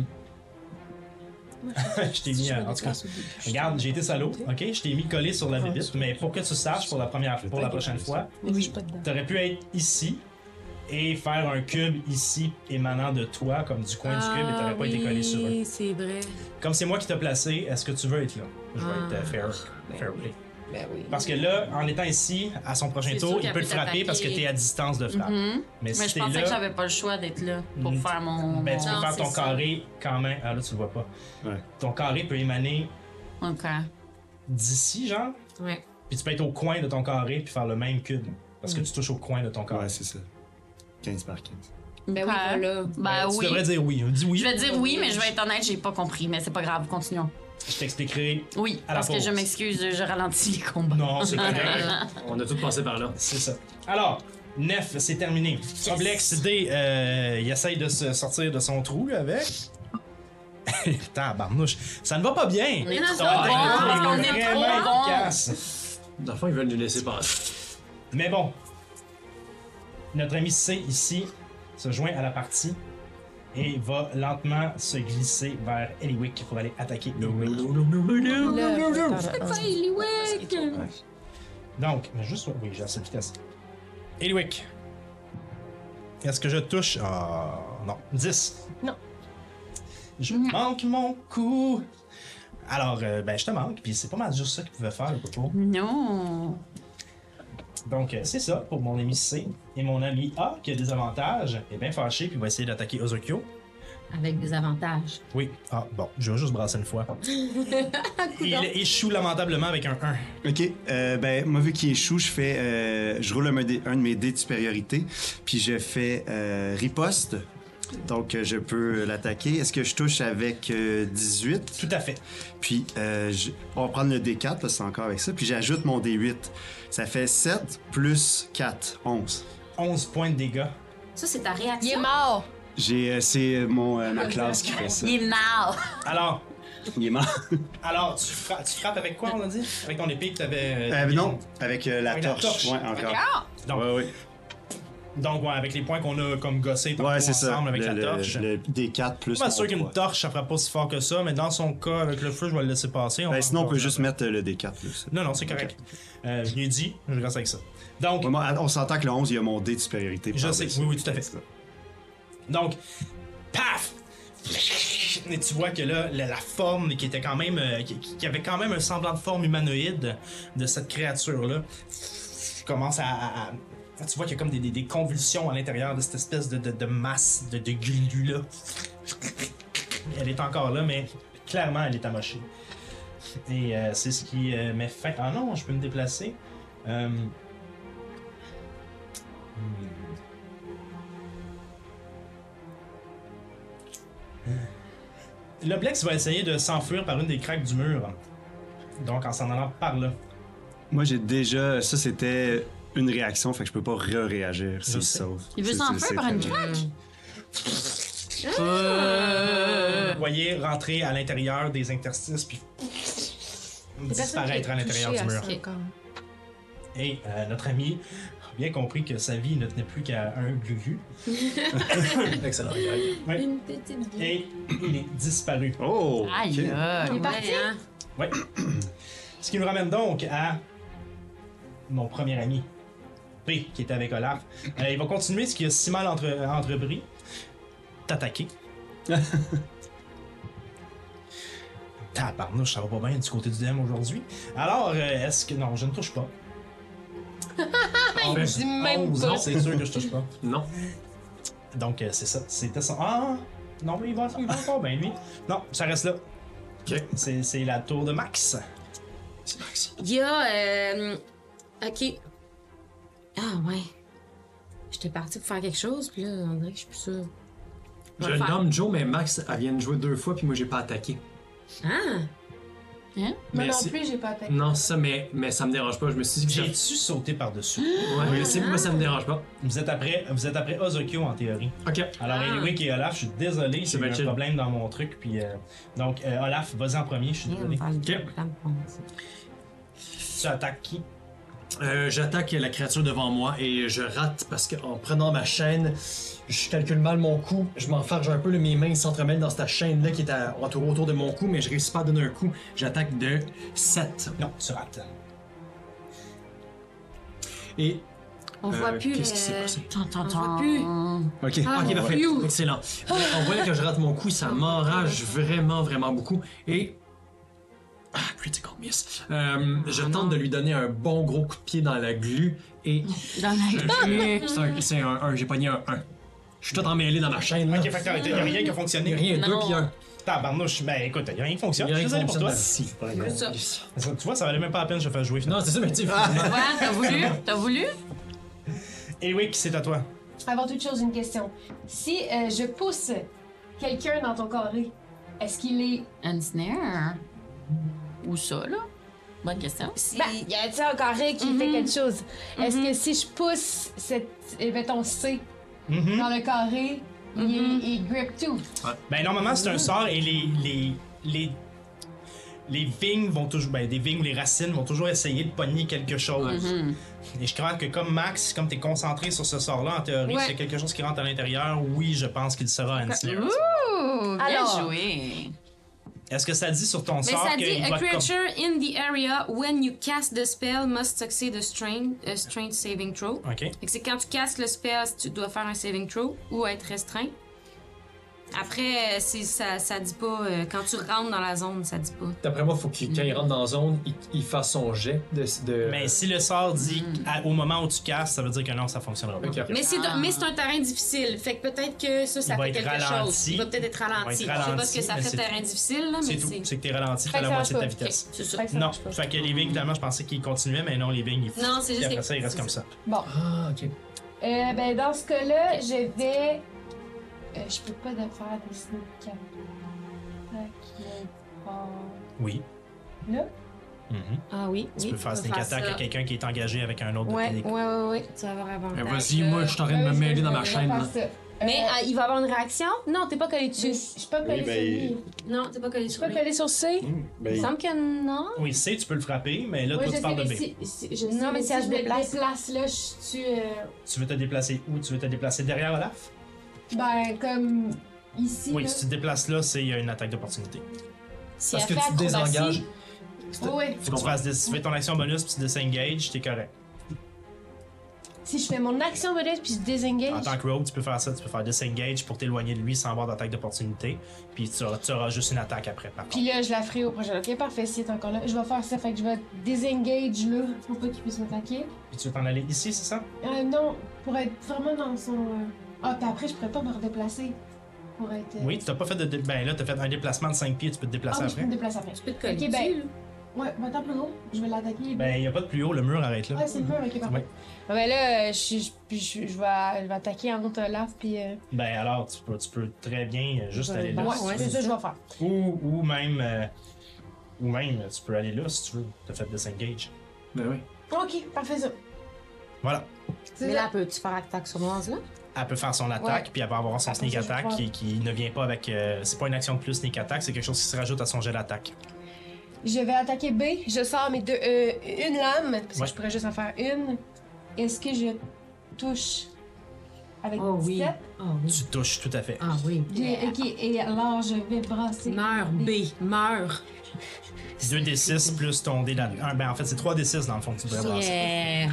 je t'ai mis, euh,
hein,
en tout cas, regarde, j'ai été salaud, ok? Je t'ai mis collé sur la bébite, mais pour que tu saches pour la, première, pour la prochaine fois,
Oui. Pas dedans.
t'aurais pu être ici et faire un cube ici émanant de toi, comme du coin du cube, et t'aurais pas été collé
Ah
sur eux.
Ah Oui, c'est vrai.
Comme c'est moi qui t'ai placé, est-ce que tu veux être là? Je vais
Ah,
être euh, fair,
ben
fair
oui.
play.
Ben oui.
Parce que là, en étant ici, à son prochain
C'est
tour,
sûr
il
qu'elle
peut le
peut
frapper parce que
t'attaquer.
t'es à distance de frappe.
Mhm.
Mais
Mais
si
je
t'es
pensais que
là,
j'avais pas le choix d'être là pour
Mm.
faire mon.
ben, tu
mon-
peux
Non,
faire ton
c'est ça.
carré quand même. Ah là, tu le vois pas.
Ouais.
Ton carré peut émaner
Ok.
Ben
d'ici, genre.
Ouais.
Puis tu peux être au coin de ton carré puis faire le même cube. Parce que tu touches au coin de ton carré.
Ouais, c'est ça. 15 par 15.
Ben
oui, voilà.
Ben
Euh, Tu
oui.
devrais dire oui. Dis oui.
Je vais dire oui, mais je vais être honnête, j'ai pas compris, mais c'est pas grave, continuons.
Je t'expliquerai.
Oui,
À la
parce que
pause.
je m'excuse, je ralentis les combats.
Non, c'est correct.
On a tous passé par là.
c'est ça. Alors, Nef, c'est terminé. Oblex D, euh, il essaye de se sortir de son trou avec. Tabarnouche. Ça ne va pas bien.
On est
non,
trop
ça
Ton
va,
technique
bon, on
est
est trop
vraiment
bon.
efficace.
Dans le fond, ils veulent nous laisser passer.
Mais bon, notre ami C ici se joint à la partie et va lentement se glisser vers Eliwick pour aller attaquer Eliwick.
Là,
Donc, mais juste, oui, j'ai assez de vitesse. Eliwick, est-ce que je touche Ah, non, 10.
Non.
Je manque mon coup. Alors, euh, ben, je te manque, puis c'est pas mal juste ça qu'il pouvait faire, le popo.
Non.
Donc, euh, c'est ça pour mon ami C. Et mon ami A, qui a des avantages, est bien fâché, puis va essayer d'attaquer Ozokyo.
Avec des avantages.
Oui. Ah, bon, je vais juste brasser une fois. Il échoue lamentablement avec un 1.
Ok, euh, ben moi vu qu'il échoue, je fais, euh, je roule un, dé- un de mes dés de supériorité, puis je fais euh, riposte. Donc euh, je peux l'attaquer. Est-ce que je touche avec euh, 18
Tout à fait.
Puis euh, je- on va prendre le D4, là, c'est encore avec ça. Puis j'ajoute mon D8. Ça fait 7 plus 4, 11.
11 points de dégâts.
Ça, c'est ta
Il est
réaction.
mort.
J'ai, euh, c'est mon euh, ma classe qui fait ça.
Il est mal.
Alors,
Il est mort.
alors tu, fra- tu frappes avec quoi, on a dit Avec ton épée que t'avais.
Euh,
avais
non, avec euh, la,
Avec la
torche.
torche.
Ouais, encore.
Donc,
Ouais, ouais.
donc, ouais, avec les points qu'on a comme gossés tantôt
Ouais, c'est ça.
ensemble avec
le,
la
le-
torche.
le D4 plus.
Je suis pas
mon
sûr qu'une
poids.
torche, ça frappe pas si fort que ça, mais dans son cas, avec le feu, je vais le laisser passer. va
Ben, sinon, on peut
voir.
juste mettre euh, le D4 plus.
Non, non, c'est correct. Euh, je lui ai dit, je reste avec ça. Donc,
Ouais, moi, on s'entend que le 11, il y a mon dé de supériorité.
Je sais,
par-dessus.
oui, oui, tout à fait.
C'est ça.
Donc, paf! Et tu vois que là, la, la forme qui était quand même. euh, qui, qui avait quand même un semblant de forme humanoïde de cette créature-là commence à. à- à- tu vois qu'il y a comme des, des- des convulsions à l'intérieur de cette espèce de, de- de masse de, de glu-là. Elle est encore là, mais clairement, elle est amochée. Et euh, c'est ce qui euh, met fin. Ah non, je peux me déplacer. Euh, L'Oblex va essayer de s'enfuir par une des craques du mur. Donc en s'en allant par là.
Moi, j'ai déjà. Ça, c'était une réaction, fait que je peux pas re-réagir s'il
sais.
sauve.
Il veut
C'est-
s'en
c'est-
faire
c'est
par une
très-
craque.
Vous voyez rentrer à l'intérieur des interstices puis disparaître à l'intérieur du mur. Et euh, notre ami a bien compris que sa vie ne tenait plus qu'à un glu
Excellent, Greg.
Une petite gueule.
Et il est disparu.
Oh! ok.
Aïe, euh, hein. là.
Il est parti.
Ouais. Ce qui nous ramène donc à mon premier ami, P, qui est avec Olaf. Euh, il va continuer ce qu'il a si mal entre- entrepris. T'attaquer. Tabarnouche, ça va pas bien du côté du DM aujourd'hui. Alors, euh, est-ce que... Non, je ne touche pas. Onze.
dit même
Onze,
pas.
Non, c'est sûr que je touche pas.
Non.
Donc, euh, c'est ça. C'était son... Ah! Non, mais il va, il va encore bien, lui. Non, ça reste là.
Ok.
C'est c'est la tour de Max.
C'est Max.
Il y a. euh, Ok. Ah, ouais. J'étais partie pour faire quelque chose, puis là, on dirait que je suis plus sûre.
Je
Je
vais le
le
faire.
nomme Joe, mais Max, elle vient de jouer deux fois, puis moi, j'ai pas attaqué.
Ah!
Moi
mais
non
c'est-
plus, j'ai pas attaqué.
Non, ça, mais, mais ça me dérange pas. Je me suis dit que ça.
J'ai-tu sauté par-dessus?
Ouais, mais c'est moi, ça me dérange pas.
Vous êtes après, vous êtes après Ozokyo en théorie.
Ok.
Alors,
Ah.
Eliwick et Olaf, je suis désolé, j'ai
C'est
eu
bien
un
chill.
problème dans mon truc. Puis, euh, donc, euh, Olaf, vas-y en premier, je suis désolé. Tu attaques qui
Euh, J'attaque la créature devant moi et je rate parce qu'en prenant ma chaîne, je calcule mal mon coup. Je m'enfarge un peu, là, mes mains s'entremêlent dans cette chaîne-là qui est à- autour, autour de mon cou, mais je réussis pas à donner un coup. J'attaque de 7.
Non, tu rates.
Et.
On
euh,
voit plus.
Qu'est-ce qui
euh,
s'est passé?
On voit plus.
Ok.
Ah,
Ok, parfait.
phew.
Excellent. On voit que je rate mon coup, ça m'enrage vraiment, vraiment beaucoup. Et. Ah, critical miss. Euh, je
Ah,
tente de lui donner un bon gros coup de pied dans la glu et.
Dans la
C'est un- C'est un 1, j'ai pogné un 1. Je suis tout emmêlé dans ma chaîne. Là.
Ok, fait que t'as- y a rien qui a
Il y a
fonctionné.
rien, deux
Non.
puis un.
Tabarnouche, mais écoute, y a rien qui
Il
fonctionne. ben.
y
Je
a
suis
rien
désolé pour toi.
ça.
Ça, Ah. Tu vois, ça valait même pas la peine de se faire jouer.
Non, c'est ça, mais tu sais,
Ouais, t'as voulu? T'as voulu?
Eliwick, c'est à toi.
Avant toute chose, une question. Si euh, je pousse quelqu'un dans ton carré, est-ce qu'il est.
Un snare? Ou ça, là? Bonne question.
Si-
Ben, y a-t-il un carré qui fait
Mhm.
quelque chose? Est-ce que si je pousse cette. eh, mettons C
Mhm.
dans le carré, il,
Mhm.
est- il grip tout?
Ben normalement c'est un sort et les les les les vignes vont toujours ben des vignes ou les racines vont toujours essayer de pogner quelque chose. Mm-hmm. Et je crois que comme Max, comme t'es concentré sur ce sort là en théorie,
Ouais.
s'il y a quelque chose qui rentre à l'intérieur, oui, je pense qu'il sera un snare.
Oh,
Ouh, bien
Alors.
joué.
Est-ce que ça dit sur ton
Mais
sort
Ben, ça
qu'il
dit
va
a
te com-
creature in the area when you cast the spell must succeed a strain, a strain saving throw.
OK.
Fait que c'est quand tu castes le spell, tu dois faire un saving throw ou être restreint. Après, euh, c'est- ça, ça dit pas. euh, quand tu rentres dans la zone, ça dit pas.
D'après moi, faut qu'il, quand il rentre dans la zone, il, il fasse son jet de. de...
Mais Ben, si le sort dit
Mm.
à- au moment où tu casses, ça veut dire que non, ça fonctionnera pas.
Ok.
Mais c'est
Ah.
mais c'est un terrain difficile. Fait que peut-être que ça, ça
Il va
fait
être
quelque
ralenti.
chose. Il va peut-être être ralenti.
Il va être
Je sais pas
ralenti,
ce que ça
mais
fait
c'est-
terrain difficile, là,
C'est
mais
tout.
c'est.
C'est que t'es ralenti,
Fait
t'as
que
la
ça
moitié de ta
marche pas.
vitesse.
C'est ça.
Fait que ça
Non,
marche pas.
fait que les vignes, finalement, je pensais qu'ils continuaient, mais non, les vignes, ils
Non, c'est
Et
juste.
après
que-
ça, ils restent
c'est
comme ça.
Bon.
Ah, ok.
Euh, ben, dans ce cas-là, je vais. Euh, je peux pas de faire des sneak attack. Tac, euh,
Oui.
Là?
Mhm.
Ah oui.
Tu peux faire sneak attack à quelqu'un qui est engagé avec un autre
Ouais,
de
ouais,
tes
ouais, ouais. Tu vas avoir avantage.
Eh, vas-y, moi, je suis en train de me
ouais,
mêler
je-
dans
je
ma
vais
chaîne.
faire
là.
ça. Euh,
Mais euh, il va avoir une réaction? Non, t'es pas collé
je je
dessus.
suis pas
Oui,
collée
ben,
sur lui.
Non, t'es pas collé
Je
dessus.
suis pas collée sur C.
Ben,
Il me semble que non.
Oui, C, tu peux le frapper, mais là,
Ouais,
toi,
je
tu
sais,
parles de B.
mais si, si- je
Non,
sais,
mais si elle se
je me
déplace.
déplace, là, je suis. euh,
Tu veux te déplacer où Tu veux te déplacer derrière Olaf
ben, comme. Ici.
Oui,
là.
si tu te déplaces là, c'est il y a une attaque d'opportunité.
Si
Parce
elle
que
fait
tu te
acrobatie-
désengages.
Ouais.
Faut que tu fasses des- tu fais ton action bonus puis tu désengages, t'es correct.
Si je fais mon action bonus puis je
En
désengage.
tant que rogue, tu peux faire ça, tu peux faire disengage pour t'éloigner de lui sans avoir d'attaque d'opportunité, puis tu auras, tu auras juste une attaque après. Par
Puis là, je la ferai au prochain. Ok, parfait, si elle est encore là. Je vais faire ça, fait que je vais désengage là pour pas qu'il puisse m'attaquer.
contre. Puis tu veux t'en aller ici, c'est ça
Euh, non, pour être vraiment dans son. euh, Ah, puis après, je pourrais pas me redéplacer. Pour être. euh,
Oui, tu t'as pas fait de dé- ben là, t'as fait un déplacement de 5 pieds, tu peux te
Ah,
déplacer
oui, je peux
après.
me déplacer après.
Tu peux te coller
Ok,
dessus.
ben. Ouais, va t'en plus haut. Je vais l'attaquer.
Ben y a pas de plus haut, le mur arrête là.
Ah, c'est le mur, ok, parfait.
Ouais.
Ben là, euh, je, suis- je, je, je vais, je vais attaquer entre Olaf puis. Euh,
Ben alors, tu peux, tu peux très bien euh, juste aller là.
ouais,
si tu
ouais,
veux.
c'est ça que je vais faire.
Ou, ou même. euh, ou même, tu peux aller là si tu veux. T'as fait disengage.
Ben oui.
Ok, parfait, ça.
Voilà.
C'est
Mais
ça.
là, peux-tu faire attaque sournoise là?
Elle peut faire son attaque,
Ouais.
puis elle va avoir son
Attends,
sneak
je vais
attack
voir.
qui, qui ne vient pas avec. euh, c'est pas une action de plus sneak attack, c'est quelque chose qui se rajoute à son jet d'attaque.
Je vais attaquer B. Je sors mes deux. euh, une lame, parce
Ouais.
que je pourrais juste en faire une. Est-ce que je touche avec
Oh oui.
17?
Ah oui.
Tu touches tout à fait.
Ah oui.
Bien, Ok, et alors je vais brasser.
Meurs, B, meurs.
2d6 plus ton dé d'attaque. Ah, Ben en fait, c'est 3d6 dans le fond que tu devrais lancer.
Yeah.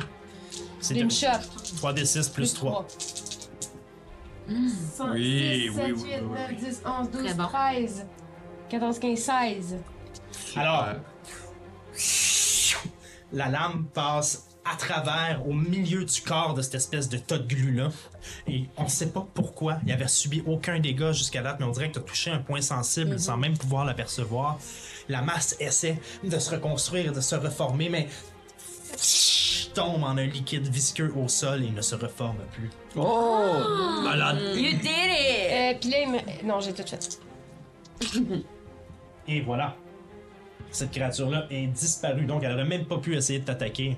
C'est
Une
deux-
shot.
3d6 plus 3.
Mmh. 5,
Oui,
6, 7,
oui,
8,
oui, oui,
9,
oui.
10, 11, 12,
Très bon.
13, 14, 15, 16.
Alors, la lame passe à travers, au milieu du corps de cette espèce de tas de glu-là. Et on sait pas pourquoi. Il avait subi aucun dégât jusqu'à date, mais on dirait que tu as touché un point sensible sans même pouvoir l'apercevoir. La masse essaie de se reconstruire, de se reformer, mais tombe en un liquide visqueux au sol et ne se reforme plus.
Oh!
Malade.
You did it!
Euh, puis là, il me... Non, j'ai tout fait.
Et voilà. Cette créature-là est disparue, donc elle aurait même pas pu essayer de t'attaquer.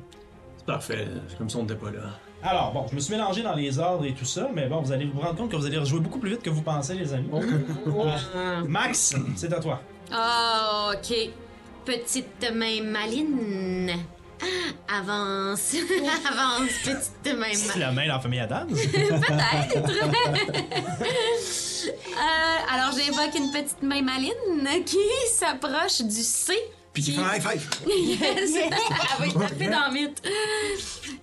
C'est parfait. C'est comme si on n'était pas là.
Alors, bon, je me suis mélangé dans les ordres et tout ça, mais bon, vous allez vous rendre compte que vous allez rejouer beaucoup plus vite que vous pensez, les amis. Euh, Max, c'est à toi.
Ah, ok. Petite main maline. Avance, avance, petite main
C'est
maline.
la main dans la famille Adams.
Peut-être. Euh, alors, j'évoque une petite main maline qui s'approche du C.
Puis qui fait un high five!
Yes! Elle va être tapée dans le mythe.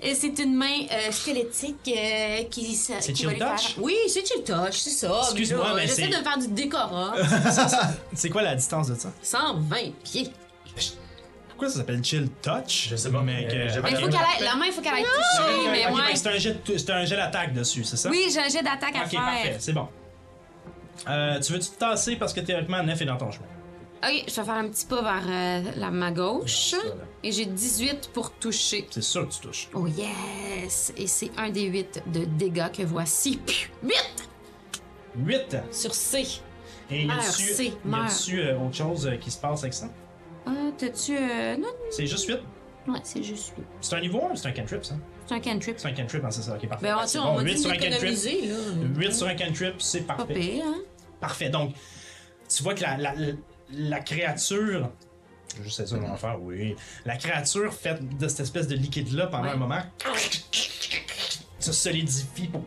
Et c'est une main euh, squelettique euh, qui, ça,
C'est
qui
chill
va lui faire-
touch?
Oui, c'est chill touch, c'est ça.
Excuse-moi,
là,
mais
J'essaie
c'est-
de faire du décorat.
c'est quoi la distance de ça?
120 pieds.
Pourquoi ça s'appelle Chill Touch? Je sais pas, mais. que-
euh, j'ai pas
Il faut qu'elle aille- la main, il faut qu'elle aille toucher, mais
Ok,
ouais.
fait que C'est un jet de- c'est un jet d'attaque dessus, c'est ça?
Oui, j'ai un jet d'attaque à
Ok, parfait,
faire.
c'est bon. Euh, tu veux-tu te tasser parce que théoriquement, Nef est dans ton chemin?
Ok, je vais faire un petit pas vers euh, la, ma gauche.
Voilà.
Et j'ai 18 pour toucher.
C'est sûr que tu touches.
Oh yes! Et c'est un des 8 de dégâts que voici. 8
8!
sur C.
Et il y a
Meurs,
dessus,
c'est,
y a
meurs.
dessus euh, autre chose euh, qui se passe avec ça?
Euh, T'as-tu. euh, non,
C'est juste 8?
Ouais, c'est juste lui.
C'est un niveau 1 c'est un cantrip, ça?
C'est un cantrip.
C'est un cantrip, hein, c'est ça, ok, parfait.
Ben, on,
C'est
on
bon,
va
huit
dire
sur un cantrip.
économiser, là.
8 sur un cantrip, c'est
Pas
parfait.
pire, hein?
Parfait. Donc, tu vois que la, la, la créature. Je sais ça, mon faire, oui. La créature faite de cette espèce de liquide-là pendant
Ouais.
un moment se solidifie pour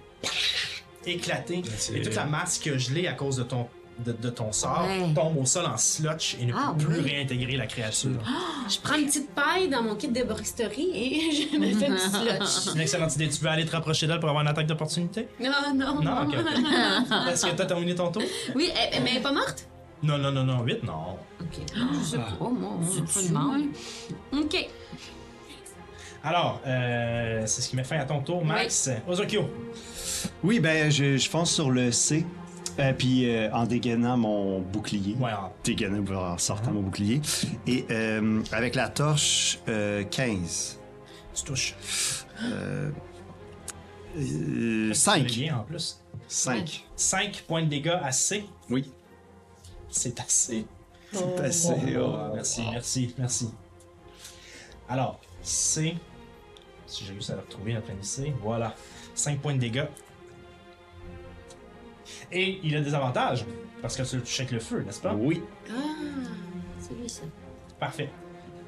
éclater.
c'est-
Et toute la masse qui a gelé à cause de ton, de, de ton sort
Ouais.
tombe au sol en slotch et ne peut
Ah,
plus
oui.
réintégrer la créature.
Ah, Je prends une petite paille dans mon kit de boristerie et je me fais un
Euh,
petit slotch.
C'est une excellente idée. Tu veux aller te rapprocher d'elle pour avoir une attaque d'opportunité?
Non, non.
Non, ok. ok. Est-ce que t'as terminé ton tour?
Oui, elle- mais elle est pas morte?
Non, non, non, non. 8, non.
Ok. Je sais pas, moi, on se demande. Ok.
Alors, euh, c'est ce qui met fin à ton tour, Max. Ozokyo.
Oui, ben, je, je fonce sur le C. euh, puis euh, en dégainant mon bouclier.
Ouais, ah, en-
Dégainé en sortant mon bouclier. Et euh, avec la torche euh, 15.
tu touches.
Euh,
C'est
5.
bien en plus.
5.
5 points de dégâts assez.
Oui.
C'est assez.
C'est assez.
Ah,
oh.
merci, merci, merci. Alors, c'est. Si j'ai juste à le retrouver après lycée, voilà. 5 points de dégâts. Et il a des avantages, parce que tu le touches avec le feu, n'est-ce pas?
Oui.
Ah, c'est lui, ça.
Parfait.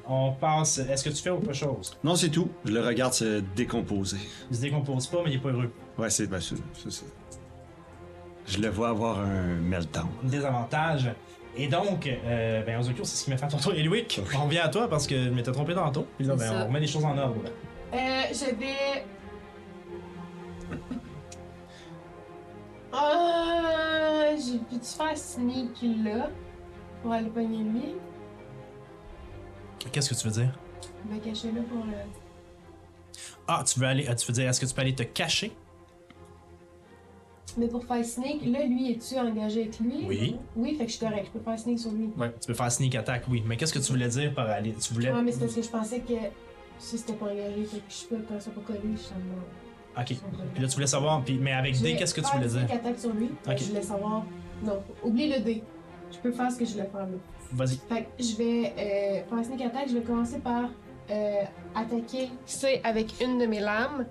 On passe. Est-ce que tu fais autre chose?
Non, c'est tout. Je le regarde se décomposer.
Il se décompose pas, mais il est pas heureux.
Ouais, c'est ben, c'est- c'est ça. Je le vois avoir un meltdown.
Des avantages. Et donc, euh, ben, Ozokyo, c'est ce qui m'a fait à ton tour. Eliwick, on revient à toi parce que je m'étais trompé tantôt. Puis là,
C'est
ben,
ça.
on remet les choses en ordre.
Euh, je vais. Ah, j'ai pu-tu faire sneak là pour aller pogner lui?
Qu'est-ce que tu veux dire?
Me cacher là pour euh, le.
Ah, tu veux aller, tu veux dire, est-ce que tu peux aller te cacher?
Mais pour faire sneak, là, lui, es-tu engagé avec lui?
Oui.
Oui, fait que je suis correct, je peux faire sneak sur lui.
Ouais. Tu peux faire sneak attack, oui. Mais qu'est-ce que tu voulais dire par aller, tu voulais.
Ouais, mais c'est parce que je pensais que si c'était pas engagé, fait que je suis pas, quand ils sont pas connus, je suis euh, en mode.
Ok. Puis là, tu voulais savoir, puis, mais avec D, qu'est-ce que tu voulais dire?
Je attaque sur lui. mais
Ok.
Je voulais savoir. Non, oublie le dé. Je peux faire ce que je voulais faire là.
Vas-y.
Fait que je vais. Euh, pour un sneak attack, je vais commencer par euh, attaquer. C'est avec une de mes lames.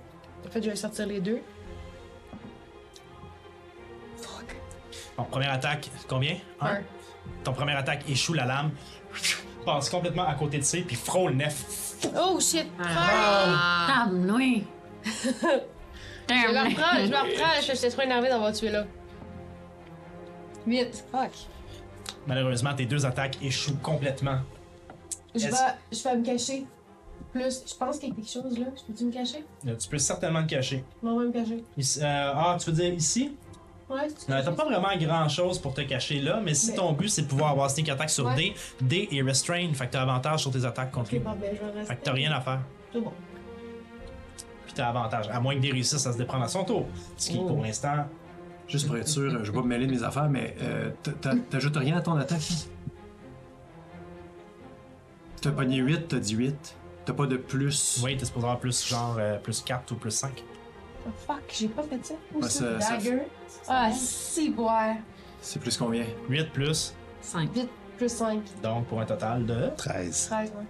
En fait, je vais sortir les deux. Fuck.
Bon, première attaque, combien?
Un.
Ton première attaque échoue la lame, passe complètement à côté de C, puis frôle Nef.
Oh shit!
Ah.
Tablé.
Je la reprends, je la reprends, je suis trop énervée d'avoir tué là. Vite, fuck.
Malheureusement, tes deux attaques échouent complètement.
Je
Est-ce-
vais, je vais me cacher. Plus, je pense qu'il y a quelque chose là. Je peux-tu me cacher?
Là, Euh, tu peux certainement te cacher.
Non, on va me cacher.
Ici- euh, ah, tu veux dire ici?
Ouais, c'est
Non, T'as pas vraiment grand chose pour te cacher là, mais si
Mais-
ton but c'est de pouvoir avoir sneak attack sur
Ouais.
D, D est restrained, fait que t'as avantage sur tes attaques contre lui.
Ok, bon, ben, je vais rester.
Fait que t'as rien à faire.
C'est bon.
puis t'as avantage. À moins que des réussisses à se déprendre à son tour. Ce qui,
Oh.
pour l'instant,
Juste pour être sûr, euh, je vais pas me mêler de mes affaires, mais euh, t'a- t'a- t'ajoutes rien à ton attaque. T'as pogné 8, t'as dit 8. T'as pas de plus.
Oui, t'es supposé avoir plus genre euh, plus 4 ou plus 5.
Oh, fuck, j'ai pas fait ça. Où
Ouais, ça-
ça?
ça-
Dagger. Ah, si, boire.
C'est plus combien
8 plus,
5.
Vite, plus 5.
donc pour un total de
13.
13, ouais.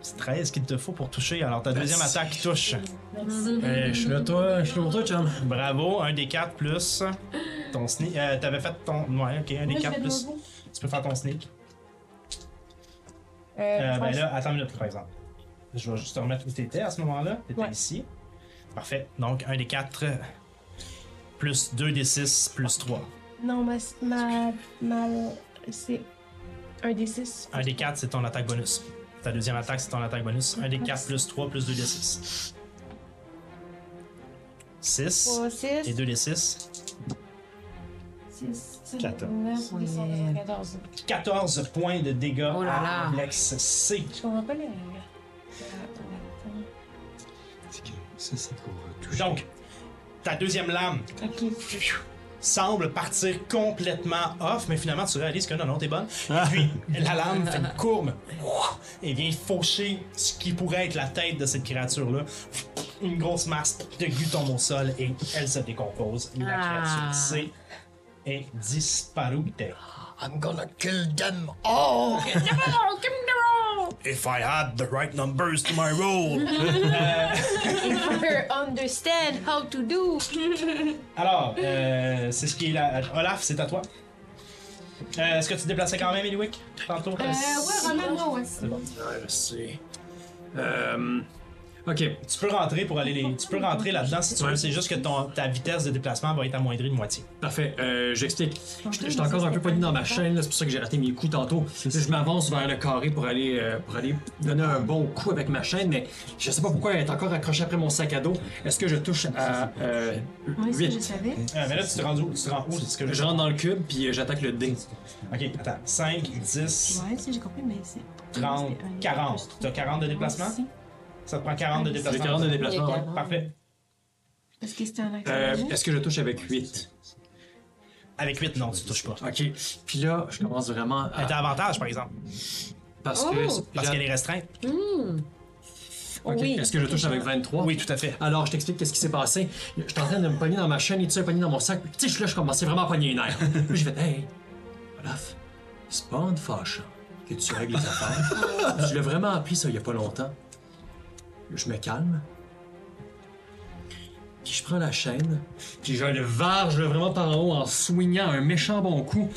c'est 13 qu'il te faut pour toucher. Alors ta deuxième
Merci.
attaque touche. Mm-hmm.
Eh, Je suis là, toi. Je suis là pour toi, chum.
Bravo, un des 4 plus ton sneak. Euh, T'avais fait ton. Ouais, ok, un des
Moi, je
4
vais de
plus.
nouveau.
Tu peux faire ton sneak.
Euh,
Euh,
je
ben
pense-
là, attends une minute, par exemple. Je vais juste te remettre où t'étais à ce moment-là. T'étais
Ouais.
ici. Parfait. Donc, un des 4 plus 2 des 6 plus 3.
Non, ma. ma, ma- c'est un des 6.
Un des 4, c'est ton attaque bonus. Ta deuxième attaque, c'est ton attaque bonus. Un des 4 plus 3 plus 2 des 6. 6
3,
et
6.
2 des 6.
6,
Quatre.
9, 10, 11, 14.
14 points de dégâts
Oh là là.
à Alex C.
Je comprends pas les.
Ça, c'est pour
Donc, ta deuxième lame
Ok.
semble partir complètement off, mais finalement tu réalises que non, non, t'es bonne. Et puis la lame fait une courbe et vient faucher ce qui pourrait être la tête de cette créature-là. Une grosse masse de glu tombe au sol et elle se décompose. La
Ah.
créature C est disparue.
I'm gonna kill them all. If I had the right numbers to my roll.
understand how to do.
Alors, euh, c'est ce qui est là. Olaf, c'est à toi. Euh, Est-ce que tu te déplaçais quand même, Eliwick? Tantôt?
ouais, Ronan, moi, ouais.
Ouais, je sais. Euh. Ok.
Tu peux rentrer pour aller les... Tu peux rentrer là-dedans si tu veux,
Ouais.
c'est juste que ton, ta vitesse de déplacement va être amoindrie de moitié.
Parfait, euh, j'explique. J'étais j'étais encore un peu pogné dans ma chaîne, là, c'est pour ça que j'ai raté mes coups tantôt. Je m'avance vers le carré pour aller, euh, pour aller donner un bon coup avec ma chaîne, mais je sais pas pourquoi elle est encore accrochée après mon sac à dos. Est-ce que je touche à euh,
Moi, ça, je
8
savais.
Euh, mais là, tu te rends où? Tu te rends où? C'est ce que je...
Je rentre dans le cube, puis euh, j'attaque le dé.
Ok, attends. 5, 10,
Ouais, si j'ai compris, mais c'est.
30, 40. T'as 40 de déplacement?
Aussi.
Ça te prend 40 de
J'ai
déplacement.
40 de déplacement, ouais.
Parfait.
Est-ce que c'était un acte
Euh,
magique?
Est-ce que je touche avec 8
Avec 8, non, tu touches pas.
Ok. Puis là, je commence vraiment
Elle t'a
à.
avantage, par exemple,
Parce que.
parce qu'elle est restreinte.
Ok, Est-ce que je touche avec 23
Oui, tout à fait.
Alors, je t'explique qu'est-ce qui s'est passé. J'étais en train de me pogner dans ma chaîne et tout ça, pogner dans mon sac. Puis, tu sais, je- là, je commençais vraiment à pogner une air. Puis, j'ai fait, hey, Olaf, c'est pas en te fâchant que tu règles les affaires. je l'ai vraiment appris ça il y a pas longtemps. Je me calme. Puis, je prends la chaîne. Puis, je le varge vraiment par en haut en swingant un méchant bon coup.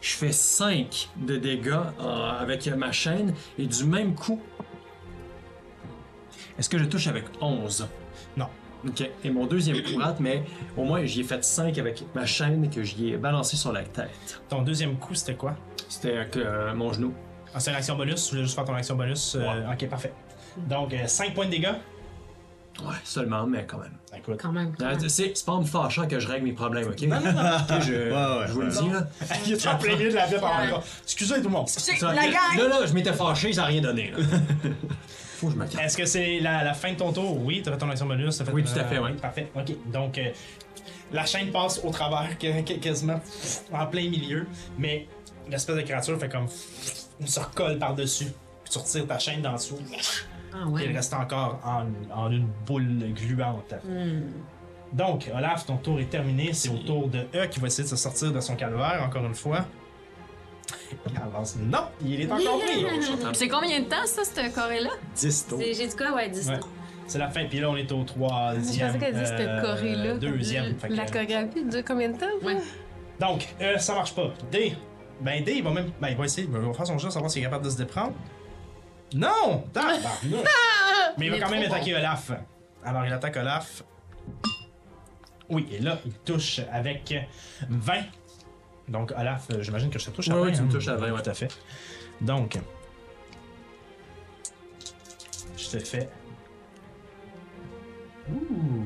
Je fais 5 de dégâts euh, avec ma chaîne et du même coup. Est-ce que je touche avec 11?
Non.
Ok, et mon deuxième coup rate, mais au moins j'y ai fait 5 avec ma chaîne que j'y ai balancé sur la tête.
Ton deuxième coup, c'était quoi?
C'était avec euh, mon genou.
Ah, c'est une action bonus. Tu voulais juste faire ton action bonus. euh, Ok, parfait. Donc, 5 points de dégâts.
Ouais, seulement, mais quand même.
Écoute.
Quand même. quand
Hein,
même.
C'est c'est pas en me fâchant que je règle mes problèmes, ok? Ok, je,
ouais,
je vous le dis, là.
Il est en plein milieu de la vie par encore. Excusez tout le monde.
Ça,
la gang!
Là, là, je m'étais fâché, ça n'a rien donné, là. Faut que je me calme.
Est-ce que c'est la, la fin de ton tour? Oui, t'as fait ton action bonus. t'as Fait, euh,
Oui, tout à fait, oui.
Parfait. OK. Donc, euh, la chaîne passe au travers, que- que- quasiment en plein milieu, mais l'espèce de créature fait comme. On se recolle par-dessus. Puis tu retires ta chaîne d'en dessous.
Ah
Puis elle
ouais.
reste encore en, en une boule gluante.
Hmm.
Donc, Olaf, ton tour est terminé. C'est au tour de E qui va essayer de se sortir de son calvaire, encore une fois. Il avance. Non, il est encore pris.
C'est combien de temps, ça, ce corée-là?
10 tours.
C'est- J'ai dit quoi? Ouais, 10
Ouais.
ans.
C'est la fin, puis là on est au troisième.
Je pensais qu'elle disait
euh,
c'était corée là.
Deuxième. fait que-
La chorégraphie dure combien de temps?
Ouais.
Donc, euh, ça marche pas. D. Ben D, il va même. Ben il va essayer, il va faire son jeu, savoir s'il est capable de se déprendre. Non! Tabarnouche! Mais il va
Il est
quand même
trop bon.
attaquer Olaf. Alors il attaque Olaf. Oui, et là, il touche avec 20. Donc Olaf, euh, j'imagine que je te touche à
Ouais,
20.
ouais, tu me
hein.
touches à 20, ouais.
Tout à fait. Donc. Je te fais. Ouh!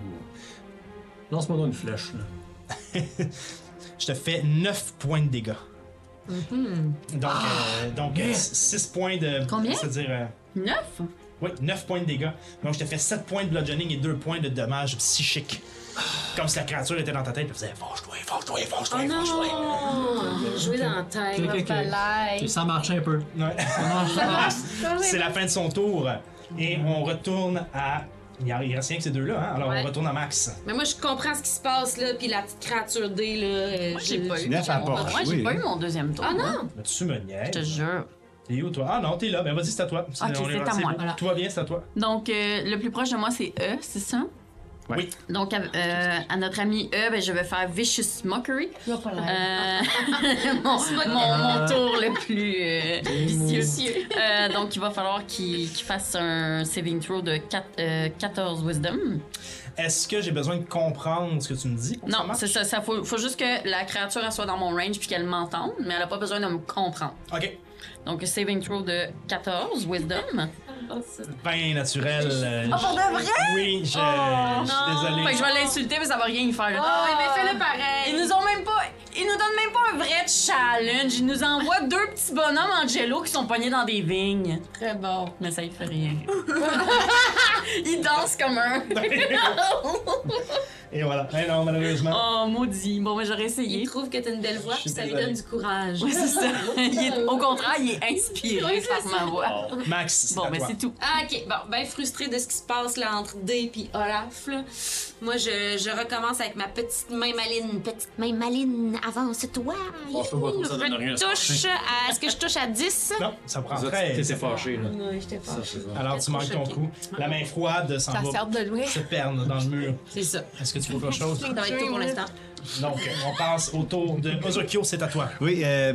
Lance-moi donc une flèche, là.
je te fais 9 points de dégâts. Donc, euh, donc 6 points de.
Mm-hmm. Ah, Combien?
C'est-à-dire. euh,
Neuf?
oui, 9 points de dégâts. Donc, je te fais 7 points de bludgeoning et 2 points de dommages psychiques. Comme si la créature était dans ta tête et faisait Fâche-toi, fâche-toi, fâche-toi,
Oh
fâche-toi.
non! Jouer dans la
Ok,
tête.
ok, ok.
Balaye.
Ça marche un peu.
Ouais.
Ça marche.
C'est la fin de son tour.
Mm-hmm.
Et on retourne à. Il y a- il reste rien que ces deux-là, hein? Alors
Ouais.
on retourne à Max.
Mais moi, je comprends ce qui se passe, là, puis la petite créature D, là. euh,
Moi,
je-
j'ai pas eu.
Neuf à part.
Moi, j'ai
Oui,
pas
hein.
eu mon deuxième tour.
Ah non!
Mais tu me niaises.
Je te jure. Ah,
T'es où, toi? Ah non, t'es là. Ben vas-y, c'est à toi.
Ok,
on est
c'est à
rendu-
moi.
bon.
Voilà.
Tout va bien, c'est à toi.
Donc, euh, le plus proche de moi, c'est E, c'est ça?
Ouais.
Oui.
Donc, à, euh, à notre ami E, ben, je vais faire Vicious Mockery.
Il a pas l'air.
Euh, mon, mon- mon tour le plus euh, vicieux. Euh, donc, il va falloir qu'il qu'il fasse un saving throw de quatre- euh, 14 Wisdom.
Est-ce que j'ai besoin de comprendre ce que tu me dis? pour que ça
Non,
marche?
c'est ça. Il faut, faut juste que la créature elle soit dans mon range puis qu'elle m'entende, mais elle n'a pas besoin de me comprendre.
Ok.
Donc, saving throw de 14 Wisdom.
Bien naturel. euh,
Ah, pour de vrai?
Oui, je,
Oh,
je suis désolé.
Fait que je vais l'insulter, mais ça va rien y faire. là.
Ah, mais fais-le
Ils
pareil!
nous ont même pas. Ils nous donnent même pas un vrai challenge. Ils nous envoient deux petits bonhommes en jello qui sont pognés dans des vignes.
Très bon.
Mais ça, il fait rien. Ils dansent comme un.
Et voilà. Eh non, malheureusement.
Oh, maudit. Bon, moi, j'aurais essayé.
Il trouve que t'as une belle voix,
Je suis
puis ça lui
désolé.
donne du courage.
Oui, c'est ça. Il est- au contraire, il est inspiré
Oui, c'est
par
ça. Oh,
ma voix.
Max, c'est
Oh. Bon,
à
mais
toi.
c'est tout.
Ah, ok. Bon, ben frustré de ce qui se passe là entre D et Olaf. là. Moi, je, je recommence avec ma petite main maline. Petite main maline, avance-toi.
Oh, je peux pas trop, ça donne rien,
Je
ça.
touche à. Est-ce que je touche à 10?
Non, ça prend
Vous êtes-
13.
T'étais fâché, là.
Non, j'étais pas.
Ça, c'est ça.
Alors tu manques ton coup. La main froide s'en
Ça
va
sert de loin.
se perdre dans le mur.
C'est ça.
Est-ce que tu veux quelque chose?
Ça va être tout pour l'instant.
Donc, on passe au tour de Ozokyo, c'est à toi.
Oui, euh,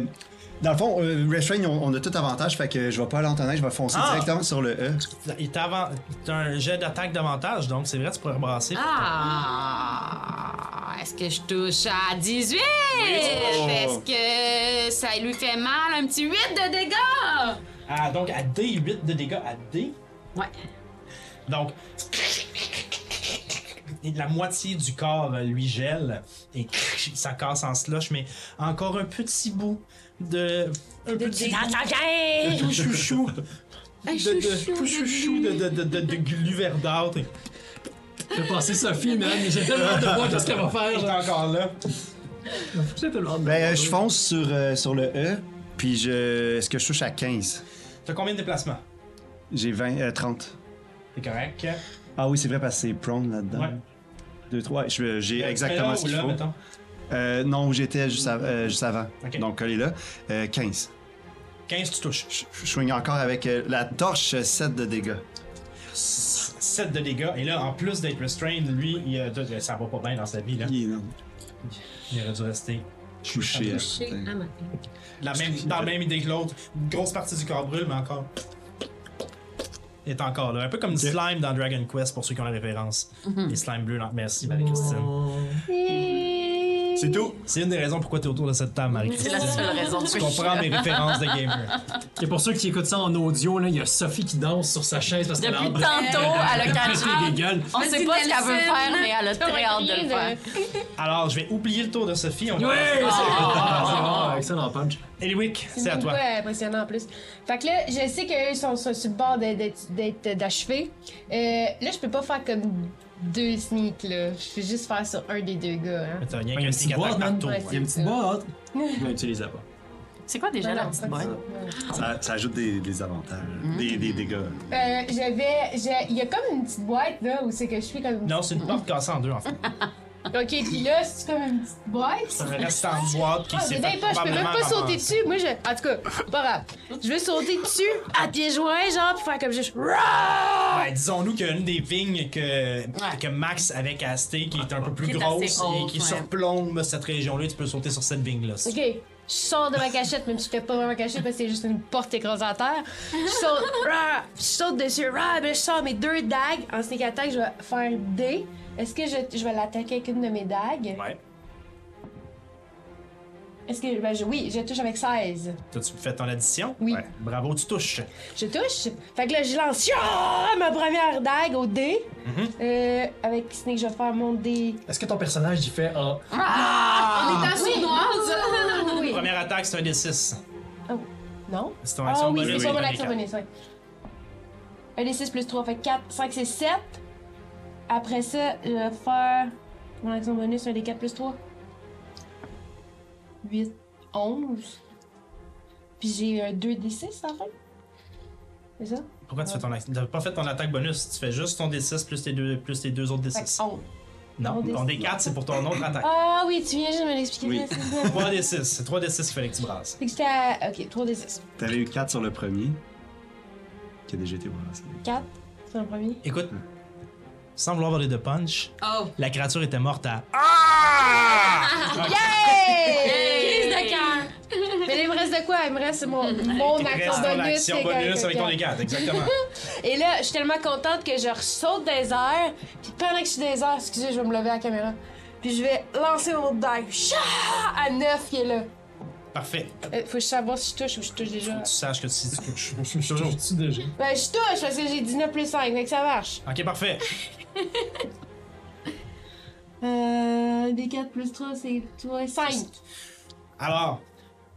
dans le fond, euh, Restrain, on, on a tout avantage, fait que je vais pas l'entonner, je vais foncer
Ah!
directement sur le E.
Il t'a avan- t'as un jet d'attaque davantage, donc c'est vrai, tu pourrais rebrasser.
Ah! Est-ce que je touche à 18? Est-ce que ça lui fait mal un petit 8 de dégâts?
Ah, donc à D8 de dégâts, à D.
Ouais.
Donc, et la moitié du corps euh, lui gèle et ça casse en slush, mais encore un petit bout de. Un petit tout chouchou. De, de, tout chouchou de, de, de, de, de glu verdâtre. Et
J'ai passé Sophie, man, mais j'ai tellement hâte de voir qu'est-ce qu'elle va faire.
t'es
genre.
encore là.
J'ai tellement hâte de
Ben,
voir.
euh, je fonce sur, euh, sur le E, puis je... est-ce que je touche à 15?
T'as combien de déplacements?
J'ai 20, euh, 30.
T'es correct.
Ah oui, c'est vrai, parce que c'est prone là-dedans.
Ouais.
2, 3, j'ai
Fais-le
exactement ce
ou
qu'il
là,
faut.
mettons.
Euh, non, où j'étais juste, av- euh, juste avant.
Ok.
Donc, collé là. Euh, 15.
15, tu touches.
Je je swing encore avec euh, la torche, euh, 7 de dégâts.
7 de dégâts. Et là, en plus d'être restrained, lui, il, a- ça va pas bien dans sa vie. Là.
Il est
Il aurait dû rester
touché.
Ah,
hein,
ma-
la même, dans la même idée que l'autre. Une grosse partie du corps brûle, mais encore. Est encore là. Un peu comme du slime dans Dragon Quest pour ceux qui ont la référence.
Mhm.
Les slimes bleus. là. Ah, Merci,
Oh.
Marie-Christine.
putain. C'est tout.
C'est une des raisons pourquoi tu es autour de cette table,
C'est la
Marie-Christine.
seule raison.
Tu comprends mes références de gamer.
Et pour ceux qui écoutent ça en audio, là, il y a Sophie qui danse sur sa chaise parce qu'elle a
Depuis
hâte de-
tantôt, elle a
Qu'est-ce qu'elle
catché.
dégueule?
On sait pas ce qu'elle veut
Nelson.
faire, mais elle a très hâte de le faire.
Alors, je vais oublier le tour de Sophie. On va
Ouais!
passer-
Ah, excellent punch.
Eliwick, c'est à
beaucoup,
toi.
euh, impressionnant en plus. Fait que là, je sais qu'eux sont, sont sur le bord de- d'être- d'être- d'achever. Euh, là, je peux pas faire comme deux sneaks, là. Je peux juste faire sur un des deux gars. Hein.
Mais T'as rien
Ouais,
qu'un
une petite
sneak attack
boîte, man.
partout.
Ouais,
ouais.
Il y a une petite boîte. Je ne l'utilisais pas.
C'est quoi déjà
Non,
la
non,
petite
pas
boîte?
du tout. Ouais.
Ça, ça ajoute des, des avantages, des, des dégâts.
Euh, je vais. je- Il y a comme une petite boîte, là, où c'est que je suis comme.
Non, c'est une porte cassée en deux, en fait.
Ok, puis là, c'est comme une petite boîte.
Ça reste en boîte qui
Ah,
s'est
mais
fait
pas, je peux même pas
probablement
sauter
ramasser.
dessus. Moi, je. En tout cas, pas grave. Je veux sauter dessus à pieds joints, genre, pour faire comme juste. Rah!
Ben, disons-nous qu'une des vignes que, que Max avec Asté, qui est un peu plus
Qui est
grosse
assez haute,
et qui
ouais.
surplombe cette région-là, tu peux sauter sur cette vigne-là.
Ok, je sors de ma cachette, même si je fais pas vraiment cachette parce que c'est juste une porte écrasée à terre. Je saute, rah, je saute dessus, rah, ben je sors mes deux dagues. En sneak attack, je vais faire D. Est-ce que je, je vais l'attaquer avec une de mes dagues?
Ouais.
Est-ce que. ben, je- oui, je touche avec 16.
T'as-tu fait ton addition?
Oui.
Bravo, tu touches.
Je touche. Fait que là, je lance ah, ma première dague au D. Euh, avec Snake, je vais faire mon D.
Est-ce que ton personnage, il fait en.
On est en sournoise!
Oui.
Première attaque, c'est un des 6.
Non?
C'est ton
Ah
action
oui,
bonus,
c'est
t'as
sur mon
des
action
quatre.
bonus, oui. Un des 6 plus 3 fait 4, 5 c'est 7. Après ça, je vais faire mon action bonus, un des 4 plus 3. 8, 11. Puis j'ai un 2 des 6 en fait. C'est ça?
Pourquoi tu fais ton attaque? T'as pas fait ton attaque bonus, tu fais juste ton D6 plus tes deux, plus tes deux autres D6.
Fait que on-
non, ton D4, c'est pour ton autre attaque.
Ah oui, tu viens juste de me l'expliquer.
Oui.
merci. Fait
3 D6, c'est 3 D6 qu'il fallait que tu brasses.
que j'étais à. Ok, 3 des 6.
T'avais eu 4 sur le premier. Qui a déjà été brassé.
4, c'est le premier.
Écoute, sans vouloir parler de punch,
Oh!
la créature était morte à.
Ah, Yay!
Crise de cœur!
Mais il me reste de quoi? Il me reste mon, mon
Il
action
reste dans
bonus.
l'action
fait que-
bonus avec
que-
ton D4, exactement.
Et là, je suis tellement contente que je ressaute des airs. Puis pendant que je suis des airs, excusez, je vais me lever à la caméra. Puis je vais lancer mon autre dague. Chah! À 9 qui est là.
Parfait.
Euh, faut que je sache si je touche ou je touche déjà.
Tu saches que si tu touches.
Je suis toujours dessus déjà.
Ben, je touche parce que j'ai 19 plus 5, donc ça marche.
Ok, parfait.
Euh. D4 plus 3, c'est 5.
Alors,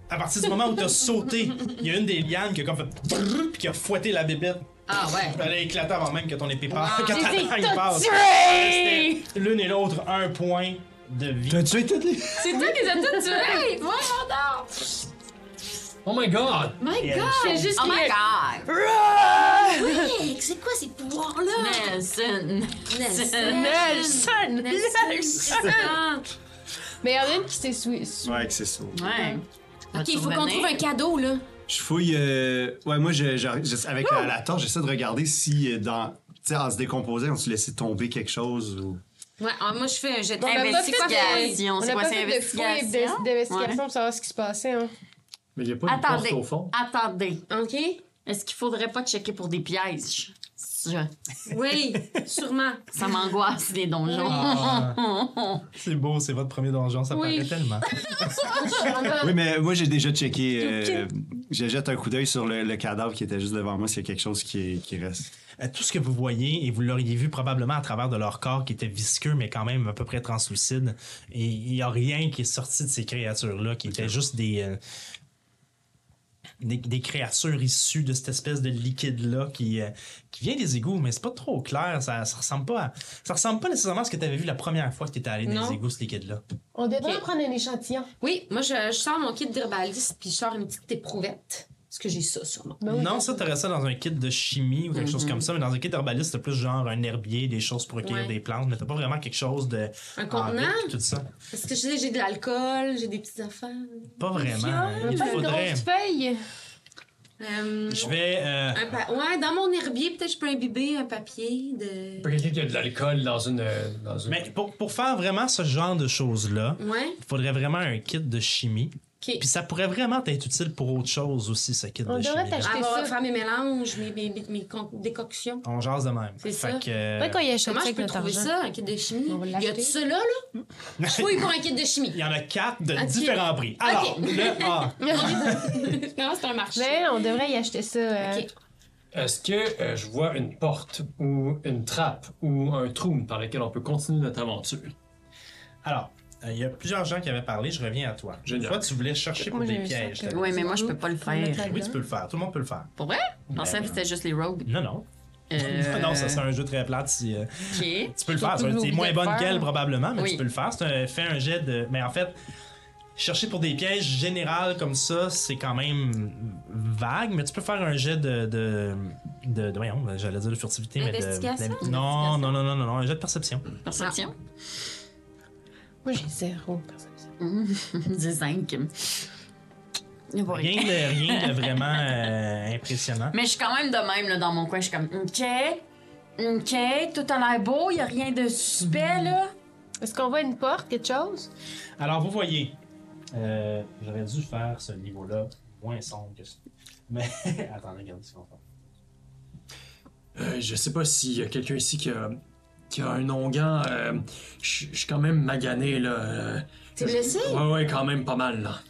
à partir du moment où t'as sauté, il y a une des lianes qui a comme fait brrr, puis qui a fouetté la bébête.
Ah ouais!
Elle a éclaté avant même que ton épée passe. que
J'ai
ta
dit,
dague
t'as
passe. Ah,
tué!
C'était L'une et l'autre, un point de vie.
T'as tué toutes les.
C'est toi qui les as toutes tuées! Moi, j'adore!
Oh my god!
My god!
C'est juste
Oh
qu'il
my
y a-
god!
Hey, c'est quoi ces pouvoirs-là?
Nelson!
Nelson.
Nelson! Nelson! Mais il y en a une qui s'est sou- sou-
Ouais, que c'est ça.
Ouais.
Ok, il faut qu'on trouve un cadeau, là.
Je fouille. euh, Ouais, moi, je, je- je- avec la, la torche, j'essaie de regarder si, euh, dans, tu sais, en se décomposant, on se laissait tomber quelque chose ou.
Ouais, ah, moi, je fais un jet de
On a pas fait de-
Investigation, c'est
on a
quoi,
pas
c'est
fait de fouille
investigation?
d'in- d'investigation pour savoir ce qui se passait. Hein.
Mais il n'y a pas de
Attendez.
porte au fond.
Attendez.
OK?
Est-ce qu'il faudrait pas checker pour des pièges? Je-
Oui, sûrement.
Ça m'angoisse les donjons.
Ah. c'est beau, c'est votre premier donjon, ça
Oui.
paraît tellement.
Oui, mais moi, j'ai déjà checké. euh, je jette un coup d'œil sur le, le cadavre qui était juste devant moi s'il y a quelque chose qui, est- qui reste.
Euh, Tout ce que vous voyez, et vous l'auriez vu probablement à travers de leur corps qui était visqueux, mais quand même à peu près translucide, et il n'y a rien qui est sorti de ces créatures-là, qui étaient juste des, euh, des, des créatures issues de cette espèce de liquide-là qui, euh, qui vient des égouts, mais c'est pas trop clair. Ça, ça, ressemble pas à- ça ressemble pas nécessairement à ce que tu avais vu la première fois que tu étais allé dans
Non.
les égouts, ce liquide-là.
On devrait
Ok.
prendre un échantillon.
Oui, moi, je, je sors mon kit d'herbaliste, puis je sors une petite éprouvette. Parce que j'ai ça, sûrement.
Ben oui.
Non, ça, t'aurais ça dans un kit de chimie ou quelque chose comme ça, mais dans un kit herbaliste, c'est plus genre un herbier, des choses pour recueillir
Mm-hmm. Ouais.
des plantes, mais t'as pas vraiment quelque chose de.
Un
en
contenant?
brique pis tout ça.
Parce que je sais, j'ai de l'alcool, j'ai des petites affaires.
Pas vraiment. hein. Il
Pas de
faudrait.
grosse feuille.
Euh,
Je vais. euh,
un pa- Ouais, dans mon herbier, peut-être je peux imbiber un papier de.
Pas quelqu'un qui a de l'alcool dans une. euh, Dans une...
Mais pour, pour faire vraiment ce genre de choses-là,
Ouais,
il faudrait vraiment un kit de chimie.
ok.
Puis ça pourrait vraiment être utile pour autre chose aussi, ce kit
On
de
devrait
chimie.
t'acheter-
Ah,
c'est
bon, on va
ça.
faire mes mélanges, mes, mes, mes, mes con- décoctions.
On jase de même.
C'est
Fait
ça.
que, euh,
Après, quand il achète
Comment je
avec
peux
notre
trouver
argent.
ça, un kit de chimie?
va
Il y a
l'acheter.
de ça là, là? Je fouille pour un kit de
euh, il
chimie.
y en a quatre de
Ok.
différents prix. Alors,
Ok.
le A.
Non, c'est un marché.
Mais Ben on devrait y acheter ça. euh,
Ok.
Est-ce que euh, je vois une porte ou une trappe ou un trou par lequel on peut continuer notre aventure?
Alors, euh, il y a plusieurs gens qui avaient parlé, je reviens à toi. Une
Génial.
fois, tu voulais chercher pour
Moi,
des
j'avais ça
pièges.
que-
t'avais-
Oui, mais moi, je peux pas le faire.
Oui, tu peux le faire, tout le monde peut le faire.
Pour vrai? Je pensais que c'était juste les rogues.
Non, non.
Euh,
non, ça c'est un jeu très plate. Si, euh,
Ok.
tu peux le faire.
Surtout
ça,
que
T'es
vous
moins
voulez
bonne
faire.
qu'elle probablement, mais
Oui.
tu peux le faire. C'est un, fais un jet de. Mais en fait, chercher pour des pièges général comme ça, c'est quand même vague, mais tu peux faire un jet de. de, de, de- voyons, j'allais dire de furtivité, mais de.
Investigation?
de- non, non, non, non, non, non, un jet de perception.
Perception?
Moi, j'ai zéro perception.
Ah. Du zinc. Il voit
Rien de, rien de vraiment euh, impressionnant.
Mais je suis quand même de même là, dans mon coin. Je suis comme, OK, OK, tout a l'air beau, il a rien de suspect, là.
Est-ce qu'on voit une porte, quelque chose?
Alors, vous voyez, euh, j'aurais dû faire ce niveau-là moins sombre que ça. Mais attendez, regardez ce qu'on fait.
Euh, je sais pas s'il y a quelqu'un ici qui a, qui a un onguent. euh, je je suis quand même magané, là. euh,
T'es blessé?
ouais, ouais, quand même pas mal, là.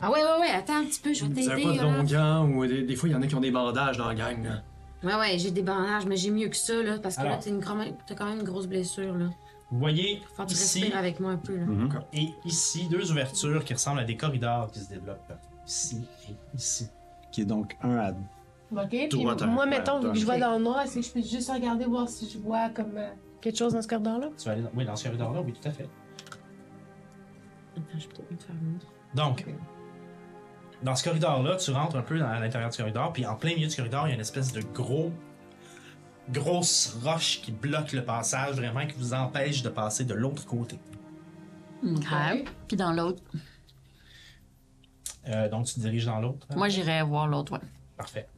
Ah ouais, ouais, ouais, attends un petit peu, je vais
Vous avez
t'aider.
pas de
là.
onguent ou des, des fois, il y en a qui ont des bandages dans la gang, là.
Ouais, ouais, j'ai des bandages, mais j'ai mieux que ça, là, parce que là,
Alors.
t'as une grand- t'as quand même une grosse blessure, là.
Vous voyez
Faut que tu
ici,
respires avec moi un peu, là.
Et ici, deux ouvertures qui ressemblent à des corridors qui se développent. Ici et ici.
Qui est donc un à.
Ok, puis
Droite, hein.
moi, mettons,
Ouais,
vu que je
droite.
vois dans le noir, est-ce que je peux juste regarder, voir si je vois comme euh, quelque chose dans ce corridor-là?
Tu vas aller dans, oui, dans ce corridor-là, oui, tout à fait.
Attends, je vais peut-être me faire une autre.
Donc, dans ce corridor-là, tu rentres un peu dans- à l'intérieur du corridor, puis en plein milieu du corridor, il y a une espèce de gros grosse roche qui bloque le passage, vraiment qui vous empêche de passer de l'autre côté.
OK. Puis dans l'autre.
Euh, donc tu te diriges dans l'autre. hein?
Moi, j'irai voir l'autre, ouais.
Parfait.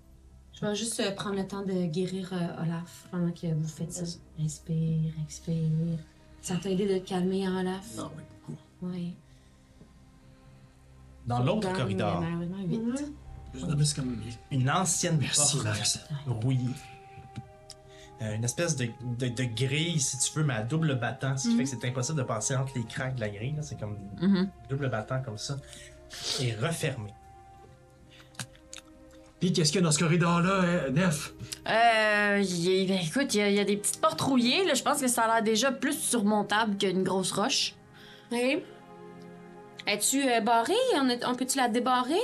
Je vais juste euh, prendre le temps de guérir euh, Olaf pendant que vous faites ça. Inspire, expire. Ça t'a aidé de te calmer, hein, Olaf?
Non, ouais, beaucoup.
Oui.
Dans l'autre corridor,
Malheureusement, huit.
Mhm.
Je me c'est comme.
une ancienne
Merci,
porte
Max.
rouillée. Euh, une espèce de, de- de grille, si tu veux, mais à double battant, ce qui fait
Mhm.
que c'est impossible de passer entre les craques de la grille. là. C'est comme
Mhm.
double battant comme ça. Et refermé.
Puis qu'est-ce qu'il y a dans ce corridor-là, hein, Nef
Euh, y- y- ben, écoute, il y, a- y a des petites portes rouillées. Là. Je pense que ça a l'air déjà plus surmontable qu'une grosse roche.
Ok. Es-tu euh, barrée? On, est- on peut-tu la débarrer?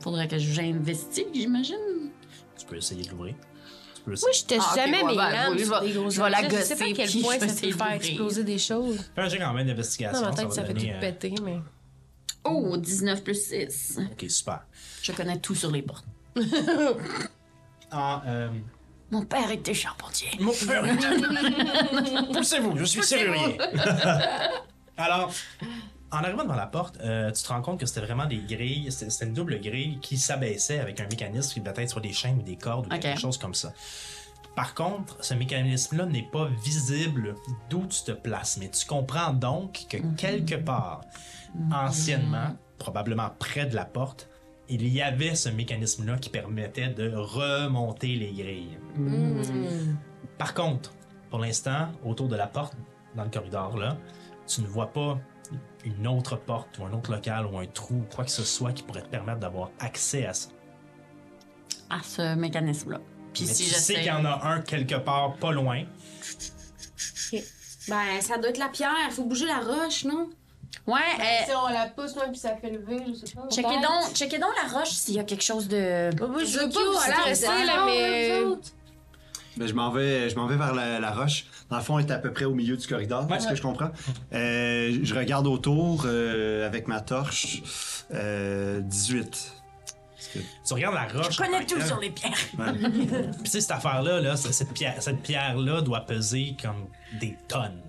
Faudrait que j'investige, j'imagine.
Tu peux essayer de l'ouvrir. Tu peux
Moi,
essayer.
je teste
Ah, ok,
jamais
ouais,
mes
ben,
lames
oui,
sur
je vais-
des gros
je vais la
objets. Je sais pas à
gosser,
quel
puis
point
je
ça
vais
peut
essayer
faire
d'ouvrir.
exploser des choses.
Fais un jet quand même d'investigation.
Dans ma
Ah, ça
tête,
va
ça fait tout
donner, euh,
péter, mais.
Oh, 19 plus 6.
Ok, super.
Je connais tout sur les portes.
En, euh,
Mon père était charpentier.
Mon père Poussez-vous, je suis serrurier. Alors, en arrivant devant la porte, euh, tu te rends compte que c'était vraiment des grilles, c'était c'était une double grille qui s'abaissait avec un mécanisme qui devait être sur des chaînes ou des cordes ou
Ok.
quelque chose comme ça. Par contre, ce mécanisme-là n'est pas visible d'où tu te places, mais tu comprends donc que quelque part, anciennement, probablement près de la porte, il y avait ce mécanisme-là qui permettait de remonter les grilles. Par contre, pour l'instant, autour de la porte, dans le corridor, là, tu ne vois pas une autre porte ou un autre local ou un trou ou quoi que ce soit qui pourrait te permettre d'avoir accès à ça.
À ce mécanisme-là. Puis
Mais
si
tu sais
j'essaie.
qu'il y en a un quelque part pas loin.
Ben, ça doit être la pierre. Faut bouger la roche, non?
Ouais,
Eh.
euh,
Si on la pousse, moi, puis ça fait lever, je sais pas.
checkez donc, checkez donc la roche s'il y a quelque chose de.
Oh,
Moi, je veux
Ok,
pas vous
voilà,
stresser,
on
là,
va-
mais.
on va, vous autres.
Ben, je m'en vais, je m'en vais vers la, la roche. Dans le fond, elle est à peu près au milieu du corridor,
Ouais.
ce que je comprends. Euh, je regarde autour euh, avec ma torche. Euh, 18.
Tu regardes la roche.
Je connais
par
tout
exemple,
sur les pierres.
Puis tu sais, cette affaire-là, là, c- cette pierre- cette pierre-là doit peser comme des tonnes.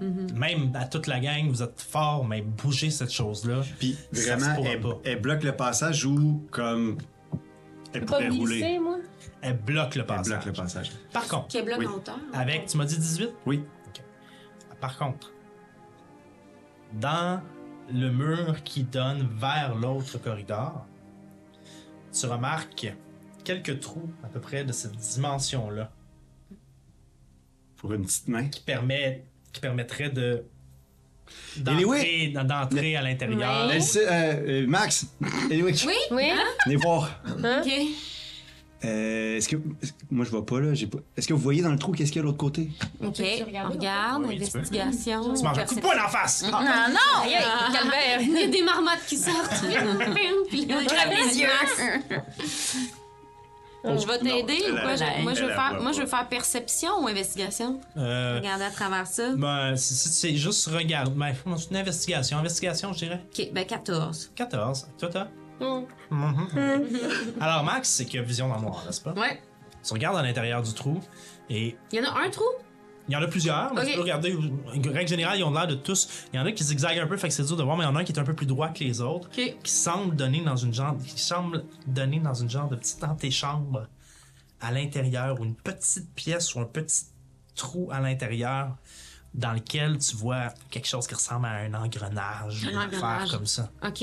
Mm-hmm.
Même à toute la gang, vous êtes fort, mais bouger cette chose-là.
Puis
Ça se
vraiment,
pourra
elle,
pas.
elle bloque le passage ou comme elle
Je peux pas
pourrait rouler.
glisser, moi.
Elle bloque le
Elle
passage.
bloque le passage.
Par contre,
Qui est bloc
Oui.
en hauteur.
avec, tu m'as dit 18?
Oui.
Par contre, dans le mur qui donne vers l'autre corridor, tu remarques quelques trous à peu près de cette dimension-là
Pour une petite main.
qui, permet, qui permettrait de d'entrer
Anyway.
d'en- d'entrer à l'intérieur.
Elle sait- euh, euh, Max, anyway,
Oh. Oui?
Oui?
Hein?
venez voir.
Ok.
Euh, est-ce que est-ce que- moi je vois pas là, j'ai pas. Est-ce que vous voyez dans le trou qu'est-ce qu'il y a de l'autre côté
Ok.
peut-tu
On
regarder?
regarde,
Oui, tu peux.
investigation.
Tu manges un coup de poing en face! Ah!
Ah,
Non, non!
Aïe, aïe, calvaire!
Il y a des marmottes qui sortent. Puis là, on crève les yeux. Je vais t'aider ou
elle
quoi?
a-
Je- Moi, je
elle
veux
la
faire,
voit
moi,
pas.
je veux faire perception ou investigation.
Euh,
Regarder à travers ça.
ben, si, si- c'est juste regarde. Ben, c'est une investigation. Investigation, je dirais.
Ok, ben 14.
14. Toi, t'as?
Hum.
Mhm. Alors, Max, c'est que vision dans le noir, n'est-ce pas?
Ouais.
Tu regardes à l'intérieur du trou et
Il y en a un trou?
Il y en a plusieurs, mais
Ok.
tu peux regarder. Règle générale, ils ont l'air de tous. Il y en a qui zigzaguent un peu, fait que c'est dur de voir, mais il y en a un qui est un peu plus droit que les autres,
Ok.
qui semble donner dans une genre, qui semble donner dans une genre de petite antichambre à l'intérieur, ou une petite pièce, ou un petit trou à l'intérieur, dans lequel tu vois quelque chose qui ressemble à un engrenage,
Un
ou une
engrenage.
affaire comme ça.
Ok.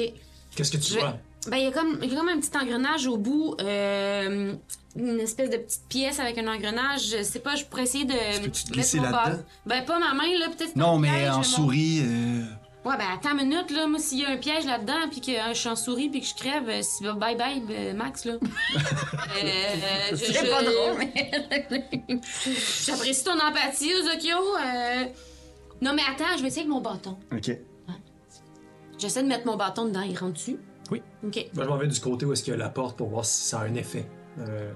Qu'est-ce que tu
Je-
vois
Ben, il y, a comme, il y a comme un petit engrenage au bout, euh, une espèce de petite pièce avec un engrenage. Je sais pas, je pourrais essayer de.
peux-tu te
mettre
glisser
mon
là-dedans?
bas- Ben, pas ma main, là, peut-être.
Non,
un
mais
piège,
en
mon-
souris. euh,
Ouais, ben, attends une minute, là. Moi, s'il y a un piège là-dedans, puis que euh, je suis en souris, puis que je crève, euh, si, ben, bye bye, ben, Max, là. euh, euh, je-
C'est pas
je-
drôle, mais.
J'apprécie ton empathie, Ozokyo. Euh... Non, mais attends, je vais essayer avec mon bâton.
Ok.
J'essaie de mettre mon bâton dedans, il rentre dessus.
Oui.
Ok.
Moi, je m'en vais du côté où est-ce qu'il y a la porte pour voir si ça a un effet. Euh,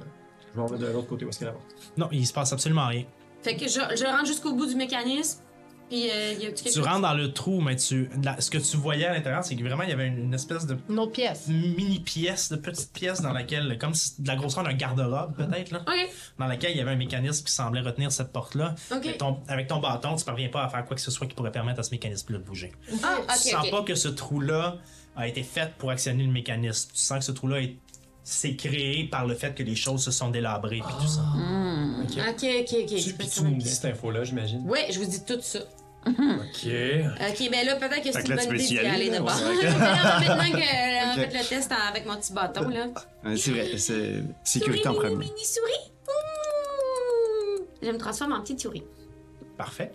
je m'en vais de l'autre côté où est-ce qu'il y a la porte.
Non, il se passe absolument rien.
Fait que je, je rentre jusqu'au bout du mécanisme. Puis euh, il y a quelque
Tu rentres dans le trou, mais tu, la- ce que tu voyais à l'intérieur, c'est que vraiment, il y avait une, une espèce de
Une autre pièce.
mini pièce, de petite pièce dans laquelle, comme si- de la grosseur d'un garde-robe, peut-être, là,
Ok.
dans laquelle il y avait un mécanisme qui semblait retenir cette porte-là.
Ok.
Mais ton- avec ton bâton, tu parviens pas à faire quoi que ce soit qui pourrait permettre à ce mécanisme-là de bouger.
Ah, ok,
tu sens
ok.
pas que ce trou-là a été fait pour actionner le mécanisme. Tu sens que ce trou-là est- s'est créé par le fait que les choses se sont délabrées puis tout ça.
Ok, ok, ok.
Ah, Tu,
Ah, je peux
puis tu
faire
nous
un-
dis cette info-là, j'imagine.
Ouais, je vous dis tout ça.
Ok.
Ok, ben là, peut-être que c'est
que
une
là, tu
bonne
peux
idée d'y
y
aller
aller,
de
là,
bord.
ouais.
Ben là, maintenant que euh, on
Ok.
fait le test en- avec mon petit bâton, là.
Ouais, Euh, C'est vrai, c'est sécurité en
Souris, mini,
premier.
mini souris. Ouh! Je me transforme en petite souris.
Parfait.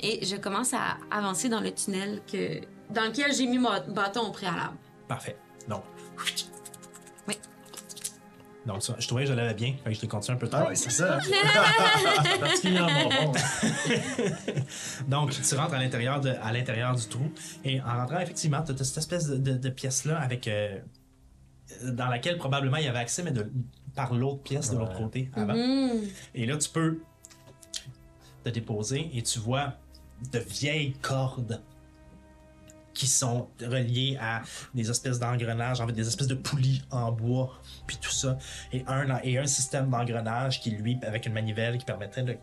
Et je commence à avancer dans le tunnel que... dans lequel j'ai mis mon bâton au préalable.
Parfait. Donc.
Oui.
Donc, ça, je trouvais que je l'avais bien. Fait que je te continue un peu tard.
c'est ça.
Particulièrement bon.
Donc, tu rentres à l'intérieur de- à l'intérieur du trou. Et en rentrant, effectivement, tu as cette espèce de, de- de pièce-là avec. euh, dans laquelle probablement il y avait accès, mais de, par l'autre pièce de l'autre côté avant.
Hmm.
Et là, tu peux te déposer et tu vois de vieilles cordes qui sont reliées à des espèces d'engrenages, en fait, des espèces de poulies en bois, puis tout ça. Et un, et un système d'engrenage qui, lui, avec une manivelle qui permettrait de,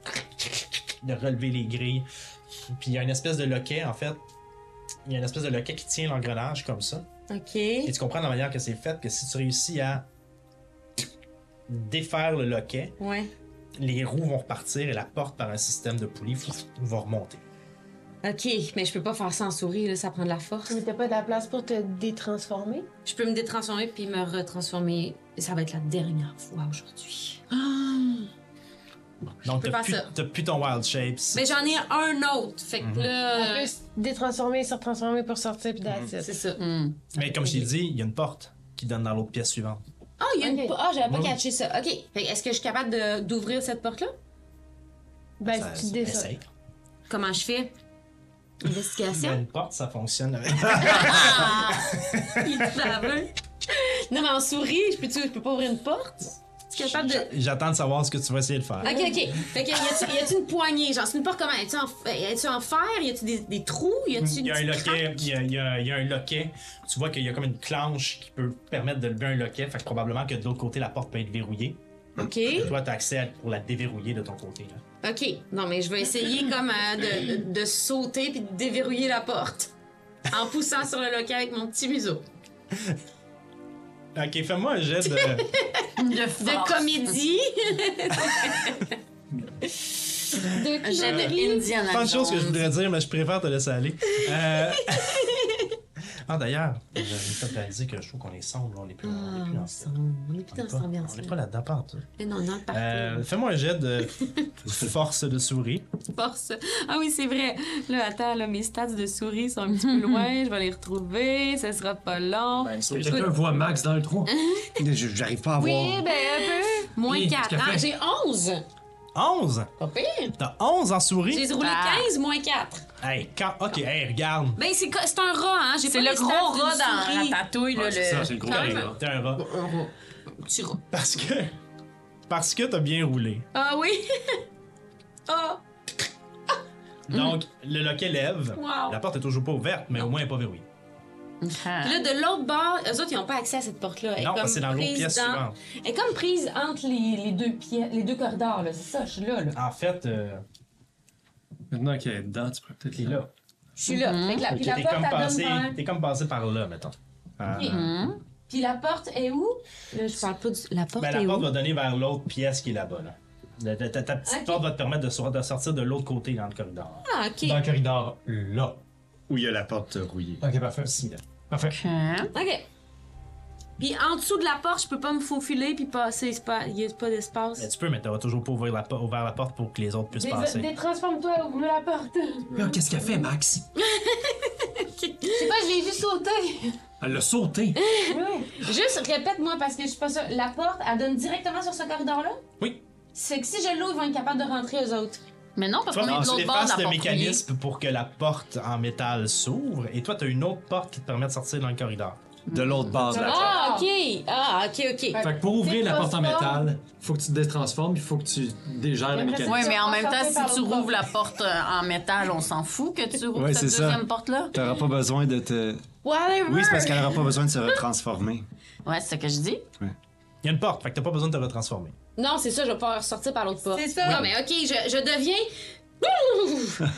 de relever les grilles. Puis il y a une espèce de loquet, en fait. Il y a une espèce de loquet qui tient l'engrenage comme ça. Et
Ok.
tu comprends de la manière que c'est fait que si tu réussis à défaire le loquet,
Ouais.
les roues vont repartir et la porte par un système de poulies fouf, va remonter.
Ok, mais je peux pas faire ça en souris, là, ça prend de la force.
Tu n'étais pas de la place pour te détransformer?
Je peux me détransformer puis me retransformer. Et ça va être la dernière fois aujourd'hui.
Donc,
peux
t'as
faire
plus,
ça.
t'as plus ton wild shape.
Mais j'en ai un autre, fait
Mhm.
que
Euh.
On
là.
peut se détransformer, se retransformer pour sortir, puis that's it.
C'est ça.
Hmm.
Mhm. Mais comme je t'ai dit, il y a une porte qui donne dans l'autre pièce suivante.
Ah, il y a une
Ok.
porte. Ah, j'avais pas
Ouais, ouais.
catché ça. Ok. Fait que est-ce que je suis capable de- d'ouvrir cette porte-là?
Ben,
Ça-
si tu
ça-
descends.
Euh, essaye.
Comment je fais?
Il y a
Investigation.
une porte, ça fonctionne. avec-
Ah! Il est tout aveugle. Non, mais en souris, je peux, je peux pas ouvrir une porte? Je suis capable de.
J'attends de savoir ce que tu vas essayer de faire.
Ok, ok. Fait que y a-tu- y a-tu une poignée? Genre, c'est une porte comment? Y a-tu en, y a-tu en fer? Y a-tu des, des trous? Y a-tu
Il y a un
du crack?
loquet, il y a, il y a- il y a un loquet. Tu vois qu'il y a comme une clanche qui peut permettre de lever un loquet. Fait que probablement que de l'autre côté, la porte peut être verrouillée.
Ok.
Et toi, tu as accès à- pour la déverrouiller de ton côté. là.
OK. Non, mais je vais essayer comme euh, de, de- de sauter puis de déverrouiller la porte en poussant sur le local avec mon petit museau.
Ok, fais-moi un jet de.
De,
De comédie.
Un jet de Indiana
Plein de choses que je
Jones.
voudrais dire, mais je préfère te laisser aller. Euh, ah, d'ailleurs, je me fait réaliser que je trouve qu'on est sombre, on est plus, on est plus dans cette- Ah, on est pas- On est pas là-dedans, pas en tout.
Non, non, par
Euh, Fais-moi un jet de force de souris.
force. Ah oui, c'est vrai. Là, attends, là, mes stats de souris sont un petit peu loin. Je vais les retrouver. Ça sera pas long.
Est-ce que quelqu'un voit Max dans le trou?
ben.
Je- J'arrive pas à voir.
Moins
Oui,
4.
qu'est-ce que
Ah,
fait?
j'ai 11.
11!
Pas pire.
T'as 11 en souris?
J'ai roulé 15, moins 4.
Hey, quand- ok, hey, regarde.
Ben, c'est co- c'est un rat, hein. J'ai
C'est
pas
le
les
gros
stats d'une
rat dans
souris.
Ratatouille, là, le...
ça, c'est le gros
Quand
gars,
même.
là.
T'es un rat.
Un rat. Un Petit rat.
Parce que. Parce que t'as bien roulé.
Ah oui. Ah.
Donc, le loquet lève.
Mm. Wow.
La porte est toujours pas ouverte, mais au moins elle est pas verrouillée.
Puis là, de l'autre bord, eux autres, ils n'ont pas accès à cette porte-là. Elle est
Non,
comme
parce que c'est dans l'autre
prise
pièce
dans-
suivante.
Elle est comme prise entre les, les deux, pieds, les deux corridors, là. C'est ça, je suis là, là.
En fait, euh,
Maintenant qu'il est dedans, tu pourrais peut-être
t'es là.
Je suis là.
Mhm.
Fait que la,
Ok,
puis la
T'es
porte,
comme,
elle donne
passé-
vers-
t'es comme passé par là, mettons. Euh,
Puis la porte est où? Là, je parle pas du... La porte
Ben,
est
la porte
où?
va donner vers l'autre pièce qui est là-bas. Là. Le- le- ta, ta petite
Ok.
porte va te permettre de, sor- de sortir de l'autre côté dans le corridor.
Ah, OK.
Dans le corridor, là.
Où il y a la porte rouillée.
Ok, parfait.
Ici, là.
Parfait.
OK. Puis en dessous de la porte, je peux pas me faufiler puis passer. c'est pas- Il n'y a pas d'espace.
Mais tu peux, mais t'auras toujours pas ouvert la, po- ouvert la porte pour que les autres puissent passer.
Dés- Détransforme-toi, ouvre la porte.
Qu'est-ce qu'elle fait, Max?
Je sais pas, je l'ai juste sauté.
Elle l'a sauté.
Juste répète-moi parce que je suis pas sûre. La porte, elle donne directement sur ce corridor-là?
Oui.
C'est que si je l'ouvre, ils vont être capables de rentrer eux autres.
Mais non, parce
Toi,
qu'on est de
tu
l'autre bord de la
effaces
porte
le
rouillée.
mécanisme pour que la porte en métal s'ouvre, et toi, t'as une autre porte qui te permet de sortir dans le corridor.
de l'autre bord de la classe.
Ah, ok. Ah, ok, ok.
Fait que pour ouvrir la
pas
porte en
ça.
métal, faut que tu te détransformes, il faut que tu dégères la
J'aimerais
mécanique.
ça.
Oui, mais en même temps,
Sortez par
si tu
l'autre
rouvres la porte euh, en métal, on s'en fout que tu rouvres
Ouais,
cette
c'est ça.
deuxième porte-là.
T'auras pas besoin de te.
Whatever!
Oui, c'est parce qu'elle n'aura pas besoin de se retransformer.
Ouais, c'est ce que je dis.
Il y a une porte, fait que t'as pas besoin de te retransformer.
Non, c'est ça, je vais pouvoir sortir par l'autre porte.
C'est ça.
Non, mais ok, je, je deviens.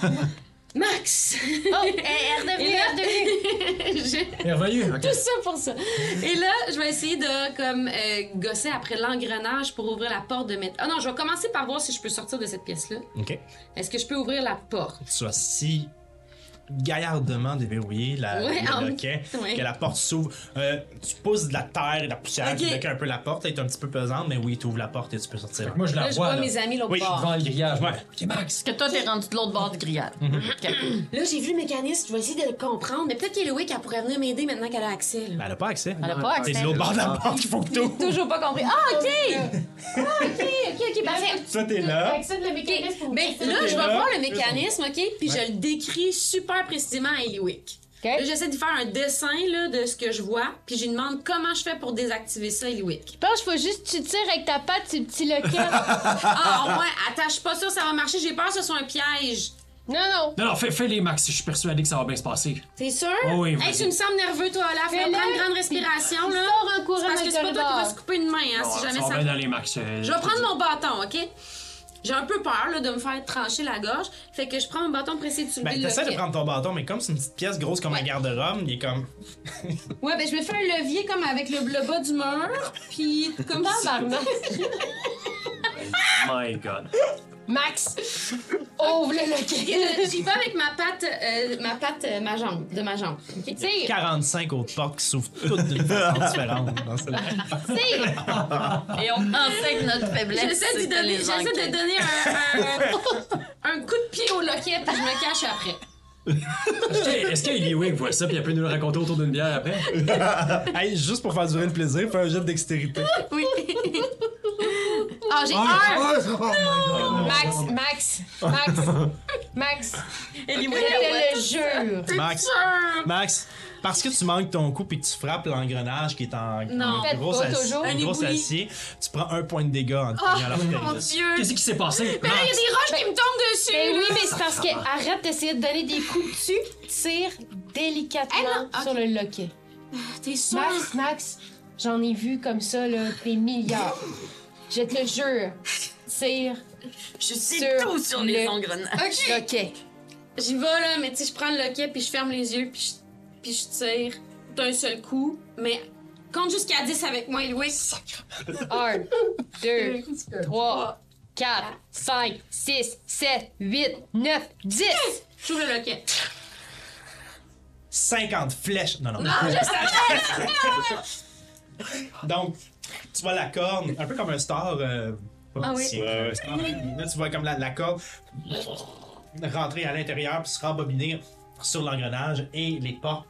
Max!
Oh, elle
Eh,
est redevenue,
Et là-
elle est redevenue.
Je-
Merveilleux, Eh, ok.
Tout ça pour ça. Et là, je vais essayer de comme euh, gosser après l'engrenage pour ouvrir la porte de métal. Ah non, je vais commencer par voir si je peux sortir de cette pièce-là.
Ok.
Est-ce que je peux ouvrir la porte?
Tu as si gaillardement déverrouillé la,
Ouais, en-
le loquet
ouais.
que la porte s'ouvre. Euh, tu pousses de la terre et de la poussière qui
Ok.
bloquent un peu la porte. Elle est un petit peu pesante, mais oui, tu ouvres la porte et tu peux sortir.
Moi, je la
Là, je
vois,
vois
là.
mes amis l'autre
Oui,
bord.
Devant le grillage.
Ouais.
Ok, Max.
Parce que toi, t'es rendu de l'autre bord du grillage.
Mhm.
Ok.
Là, j'ai vu le mécanisme, je vais essayer de le comprendre. Mais peut-être qu'Eloïc, elle pourrait venir m'aider maintenant qu'elle a accès. là.
Ben, elle n'a pas accès.
Elle a pas
T'es
accès.
de l'autre bord de la porte, il faut que tout.
Toujours pas compris. Ah, OK! Ah, OK, OK, OK, parfait.
Toi, t'es
Fait
là.
que ça, le mécanisme pour
Ben,
vous-
là, je vais
là.
voir le mécanisme, OK? Puis je le décris super précisément à Eliwick. Là,
Ok.
j'essaie de faire un dessin là, de ce que je vois, puis je lui demande comment je fais pour désactiver ça, Eliwick.
Je pense qu'il faut juste que tu tires avec ta patte sur le petit loquet.
Ah, au moins, attache pas ça, ça va marcher. J'ai peur que ce soit un piège.
non, non.
Non, non, fais- fais-les, Max. Je suis persuadé que ça va bien se passer.
T'es sûr?
Oh oui,
Hey,
vas-y.
tu me sembles nerveux, toi, Olaf. Fais
Fais-le.
prendre une grande respiration,
Il
là.
sort en courant
C'est parce
dans
que
le
c'est pas toi qui vas
corridor.
se couper une main, hein, si jamais
ça
ça.
va bien aller, Max. euh,
Je vais prendre mon bâton, OK? J'ai un peu peur là, de me faire trancher la gorge. Fait que je prends mon bâton pour essayer de soulever
Ben,
le
t'essaies de
loquet.
prendre ton bâton, mais comme c'est une petite pièce grosse comme un
Ouais.
garde-robe, il est comme.
Ouais, ben je me fais un levier comme avec le, le bas du mur, puis comme ça.
Oh My God.
Max, ouvre le loquet.
J'y vais avec ma patte, euh, ma patte, euh, ma jambe, de ma jambe. OK?
Tire,
45 autres portes qui s'ouvrent toutes d'une façon différente. dans celle-là.
tire.
Et on enseigne notre faiblesse.
J'essaie
c'est
d'y
de
donner,
les
j'essaie de
enquêter.
donner un, un- un coup de pied au loquet, puis je me cache après.
Est-ce que- Est-ce que Eliwick voit ça, puis elle peut nous le raconter autour d'une bière après?
Euh,
hey, juste pour faire durer le plaisir, fais un jet de dextérité.
Oui. Ah, Oh j'ai un!
Max, Max, Max, Max.
Et
Je te le jure.
Max, Max, parce que tu manques ton coup et que tu frappes l'engrenage qui est en,
Non.
en
Faites
gros,
pas
acier-
toujours. Ah.
en
Un
gros
éboulis.
acier, tu prends un point de dégâts en te cognant la
Mon
focalise.
Dieu!
Qu'est-ce qui s'est passé?
Mais là, il y a des roches qui me tombent dessus!
Ben oui, mais c'est parce que arrête d'essayer de donner des coups dessus, tire délicatement
Ah non,
sur le loquet.
T'es sûr?
Max, Max, j'en ai vu comme ça, là, des milliards. Je te le jure, tire
Je sais
Sur
tout sur les
le-
engrenages.
loquet.
J'y vais là, mais tu sais, je prends le loquet, puis je ferme les yeux, puis je, puis je tire d'un seul coup, mais compte jusqu'à 10 avec moi, Louis.
Un, deux, trois, quatre, cinq, six, sept, huit, neuf, dix.
J'ouvre le loquet.
50 flèches. Non, non. Donc, tu vois la corne, un peu comme un star. euh, pas
Ah oui.
petit, euh, star. Là, tu vois comme la, la corde rentrer à l'intérieur puis se rembobiner sur l'engrenage et les portes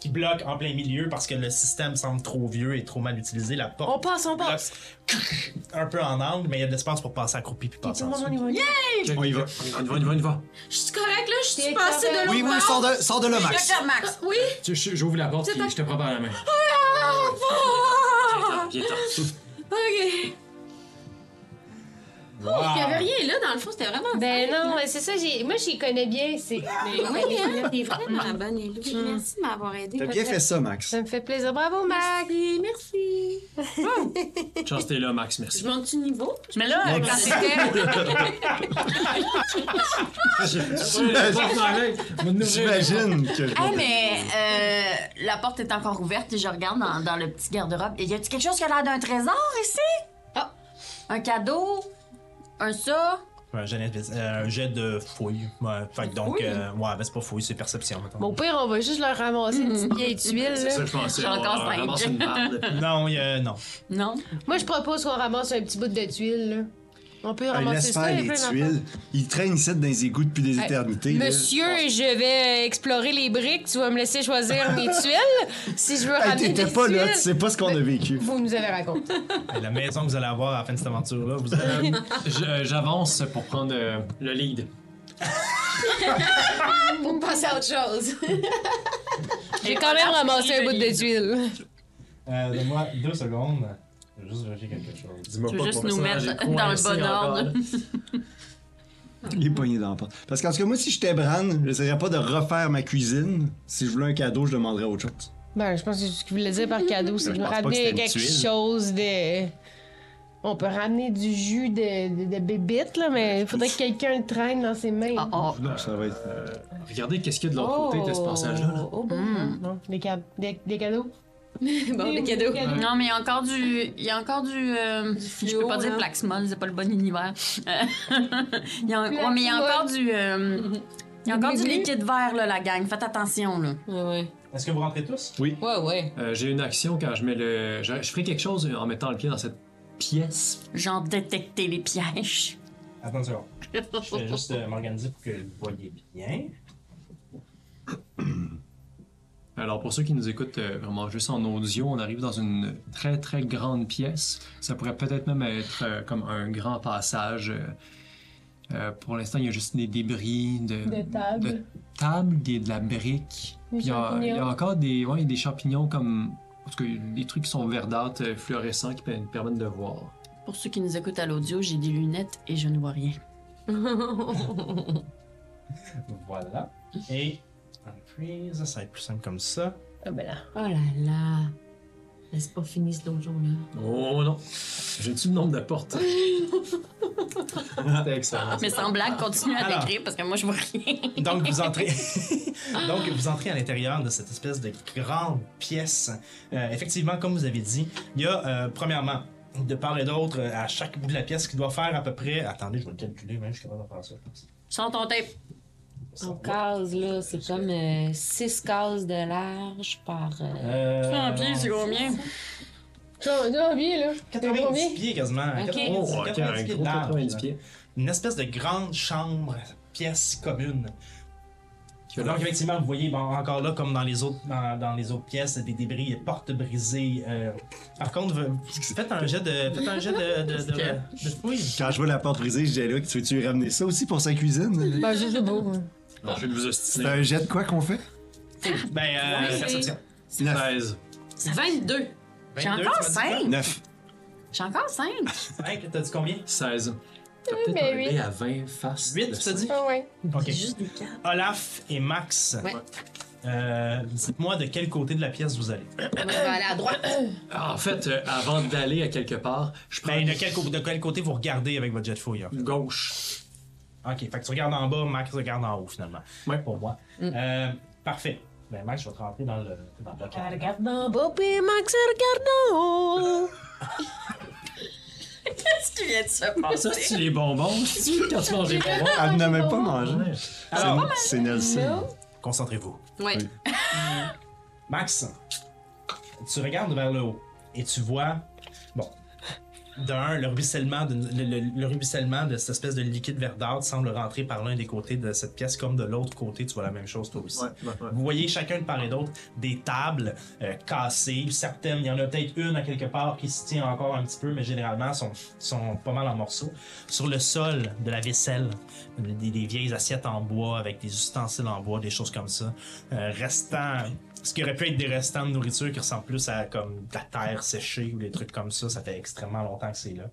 qui bloquent en plein milieu parce que le système semble trop vieux et trop mal utilisé. La porte
On passe, on
bloque
passe.
un peu en angle, mais il y a de l'espace pour passer accroupi puis
Tout
passer
le
en
monde, on
dessous.
y va.
On y va. On y va, on y va, on y va.
Je suis correct, là, je suis
T'es
passée de
correct.
l'autre
Oui, oui,
bord.
sors de, sors de là, Max.
Regarde, Max.
Oui.
Tu- je- J'ouvre la porte, puis je te prends par la main.
Ah!
Viens, t'en.
Ok.
Wow.
Il y avait rien là, dans le fond, c'était vraiment.
Ben non, mais c'est ça, j'ai- moi j'y connais bien, c'est...
Mais
Ben
oui, hein, t'es vraiment bonne, Louis.
Hum.
Merci de m'avoir aidé.
T'as bien fait ça, Max.
Ça me fait plaisir. Bravo, Max!
Merci, merci.
Chance, t'es là, Max, merci.
Je monte du niveau.
Mais là, euh, quand t'étais.
J'imagine que.
Hey, mais Eh, euh, la porte est encore ouverte et je regarde dans, dans le petit garde-robe. Et Y a-tu quelque chose qui a l'air d'un trésor ici? Ah, Un cadeau? Un ça?
Un jet, d'invis- euh, un jet de fouille. Ouais, fait que donc, euh, ouais, ben c'est pas fouille, c'est perception. mettons.
Bon, au pire, on va juste leur ramasser une petite vieille tuile. là.
C'est ça que je pensais.
J'en
on-
encore
on
cinq.
ramasse une barbe.
Non, il y a- non.
Non?
Moi, je propose qu'on ramasse un petit bout de tuile. Là. On peut
Hey,
ramasser
laisse
ça.
faire
il y a
les
plein
tuiles. Ils traînent ici dans les égouts depuis des éternités. là.
Monsieur, je vais euh, explorer les briques. Tu vas me laisser choisir mes tuiles. Si je veux
Hey,
ramener
T'étais
des
pas là,
tuiles, Ben.
tu sais pas ce qu'on a vécu.
vous nous avez raconté.
Et la maison que vous allez avoir à la fin de cette aventure-là, vous allez.
Je- euh, J'avance pour prendre euh, le lead.
pour passer à autre chose.
J'ai quand même
Ah,
ramassé un bout de tuile.
Euh, Donne-moi deux secondes. Je vais juste vérifier quelque chose.
Dis-moi
Tu veux
pas que
juste
mon
nous
personnage
mettre
est
dans le
coincé
bon
encore,
ordre.
là.
Les poignées dans la porte. Parce qu'en tout cas, moi, si j'étais Bran, j'essaierais pas de refaire ma cuisine. Si je voulais un cadeau, je demanderais autre chose.
Ben, je pense que ce qu'il voulait dire par cadeau, c'est
Je
de me
pense pas que
ramener
c'était une
quelque
tuile.
chose de. On peut ramener du jus de, de, de bébite, là, mais il faudrait que quelqu'un le traîne dans ses mains.
Ah, ah.
Non, ça va être. euh,
Regardez qu'est-ce qu'il y a de l'autre côté de ce passage-là. là.
Oh, bon,
Mm.
bon, des, ca- des- des cadeaux.
Bon, le cadeau.
Non, mais il y a encore du. Il y a encore du. euh, je peux
fluo,
pas dire
là.
Plaxmol, c'est pas le bon univers. Euh, il y a, un- ouais, mais il y a
Plaxmol.
encore du. euh, il y a encore du liquide vert, là, la gang. Faites attention, là.
Ouais, ouais.
Est-ce que vous rentrez tous?
Ouais, ouais.
Euh, J'ai une action quand je mets le. Je, je ferai quelque chose en mettant le pied dans cette pièce.
Genre détecter les pièges.
Attends une seconde. Je vais juste euh, m'organiser pour que vous voyez bien.
Alors, pour ceux qui nous écoutent euh, vraiment juste en audio, on arrive dans une très très grande pièce. Ça pourrait peut-être même être euh, comme un grand passage. euh, euh, pour l'instant, il y a juste des débris de,
De table.
de table, des- de la brique.
Des
Puis il y a- il y, a
champignons.
encore des, ouais, des champignons comme. En tout cas, des trucs qui sont verdâtres, euh, fluorescents, qui pe- permettent de voir.
Pour ceux qui nous écoutent à l'audio, j'ai des lunettes et je ne vois rien.
Voilà. Et Unfreeze, ça va être plus simple comme ça.
Ah, ben là.
Oh là là. Laisse pas finir ce donjon-là.
Oh non! J'ai-tu le nombre de portes? C'était excellent.
Ah, Mais sans blague, continue à
Alors.
décrire parce que moi, je vois rien.
Donc vous entrez, donc vous entrez à l'intérieur de cette espèce de grande pièce. Euh, effectivement, comme vous avez dit, il y a euh, premièrement de part et d'autre euh, à chaque bout de la pièce qui doit faire à peu près. Attendez, je vais le calculer, même je suis capable de hein, faire ça. je pense.
Sans ton tape.
En case, là, c'est comme
euh,
6 cases de large par. euh,
Euh,
Sans pied, c'est combien?
Genre, non, bien, là.
90 pieds quasiment.
Ok.
90,
Oh, ok,
90
un
pieds
gros
de large.
90 pieds.
Une espèce de grande chambre, pièce commune.
Qui a
Donc
l'air-
effectivement, vous voyez bon, encore là, comme dans les autres, dans, dans les autres pièces, des débris, des portes brisées. euh. Par contre, vous- faites un jet de, faites un jet de, de, de- de- oui.
Quand je vois la porte brisée, je dis là, tu veux-tu ramener ça aussi pour sa cuisine?
Ben, je sais pas.
Non, je vais vous
C'est
ostiner.
un jet de quoi qu'on fait?
Ben, euh,
Oui.
perception.
9.
16.
22.
J'ai
22,
encore
tu m'as dit
5.
9.
J'ai encore 5.
quoi? Cinq, t'as dit combien?
16. T'as peut-être
ben
enlevé
oui.
à 20 faces.
Huit,
de
tu t'as dit?
Ah, ouais.
Ok.
Juste des cartes.
Olaf et Max.
Ouais.
Euh, Dites-moi de quel côté de la pièce vous allez.
Moi, je vais aller à droite.
En fait, euh, avant d'aller à quelque part, je prends
Ben, de quel, co- de quel côté vous regardez avec votre jet de fouille. hein? en fait.
gauche.
Ok, fait que tu regardes en bas, Max regarde en haut finalement.
Ouais.
Pour moi. Euh, parfait. Ben, Max, je vais te rentrer dans le, dans le local.
Regarde en bas, puis Max, regarde en haut.
Qu'est-ce qui vient de se
Ah, ça, c'est les bonbons. C'est-tu quand tu manges des bonbons.
Elle n'a même pas mangé.
Ouais.
Alors,
C'est c'est Nelson.
concentrez-vous.
Ouais.
Max, tu regardes vers le haut et tu vois, bon, d'un, le ruissellement, de, le, le- le ruissellement de cette espèce de liquide verdâtre semble rentrer par l'un des côtés de cette pièce, comme de l'autre côté, tu vois la même chose toi aussi.
Ouais, ouais, ouais.
Vous voyez chacun de part et d'autre des tables euh, cassées, certaines, il y en a peut-être une à quelque part qui se tient encore un petit peu, mais généralement sont, sont pas mal en morceaux. Sur le sol, de la vaisselle, des, des vieilles assiettes en bois avec des ustensiles en bois, des choses comme ça. Euh, restant, ce qui aurait pu être des restants de nourriture qui ressemblent plus à comme de la terre séchée ou des trucs comme ça, ça fait extrêmement longtemps que c'est là.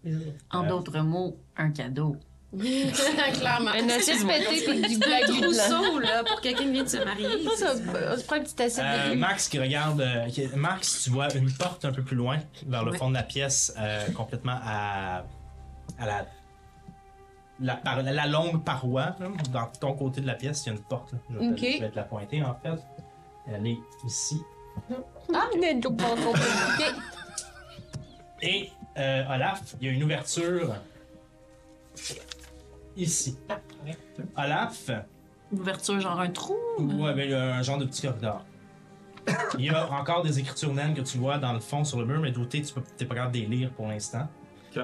En d'autres mots, un cadeau.
Clairement.
Un assiette pété, puis du
Un
blague blanc.
trousseau, là, pour quelqu'un qui vient de se marier.
On se prend une petite assiette
Euh,
de
Max qui regarde. euh, qui- Max, tu vois une porte un peu plus loin, vers le
Ouais.
fond de la pièce, euh, complètement à, à la, la, par- la longue paroi. là. Dans ton côté de la pièce, il y a une porte. là. Je, vais te-
Ok.
je vais te la pointer en fait. Elle est ici.
Ah, mais donc, pas trop. Ok.
Et euh, Olaf, il y a une ouverture ici. Olaf,
Une ouverture, genre un trou.
Ouais, ben, il y a un genre de petit corridor. Il y a encore des écritures naines que tu vois dans le fond sur le mur, mais douté, tu peux- t'es pas capable de les lire pour l'instant.
Ok.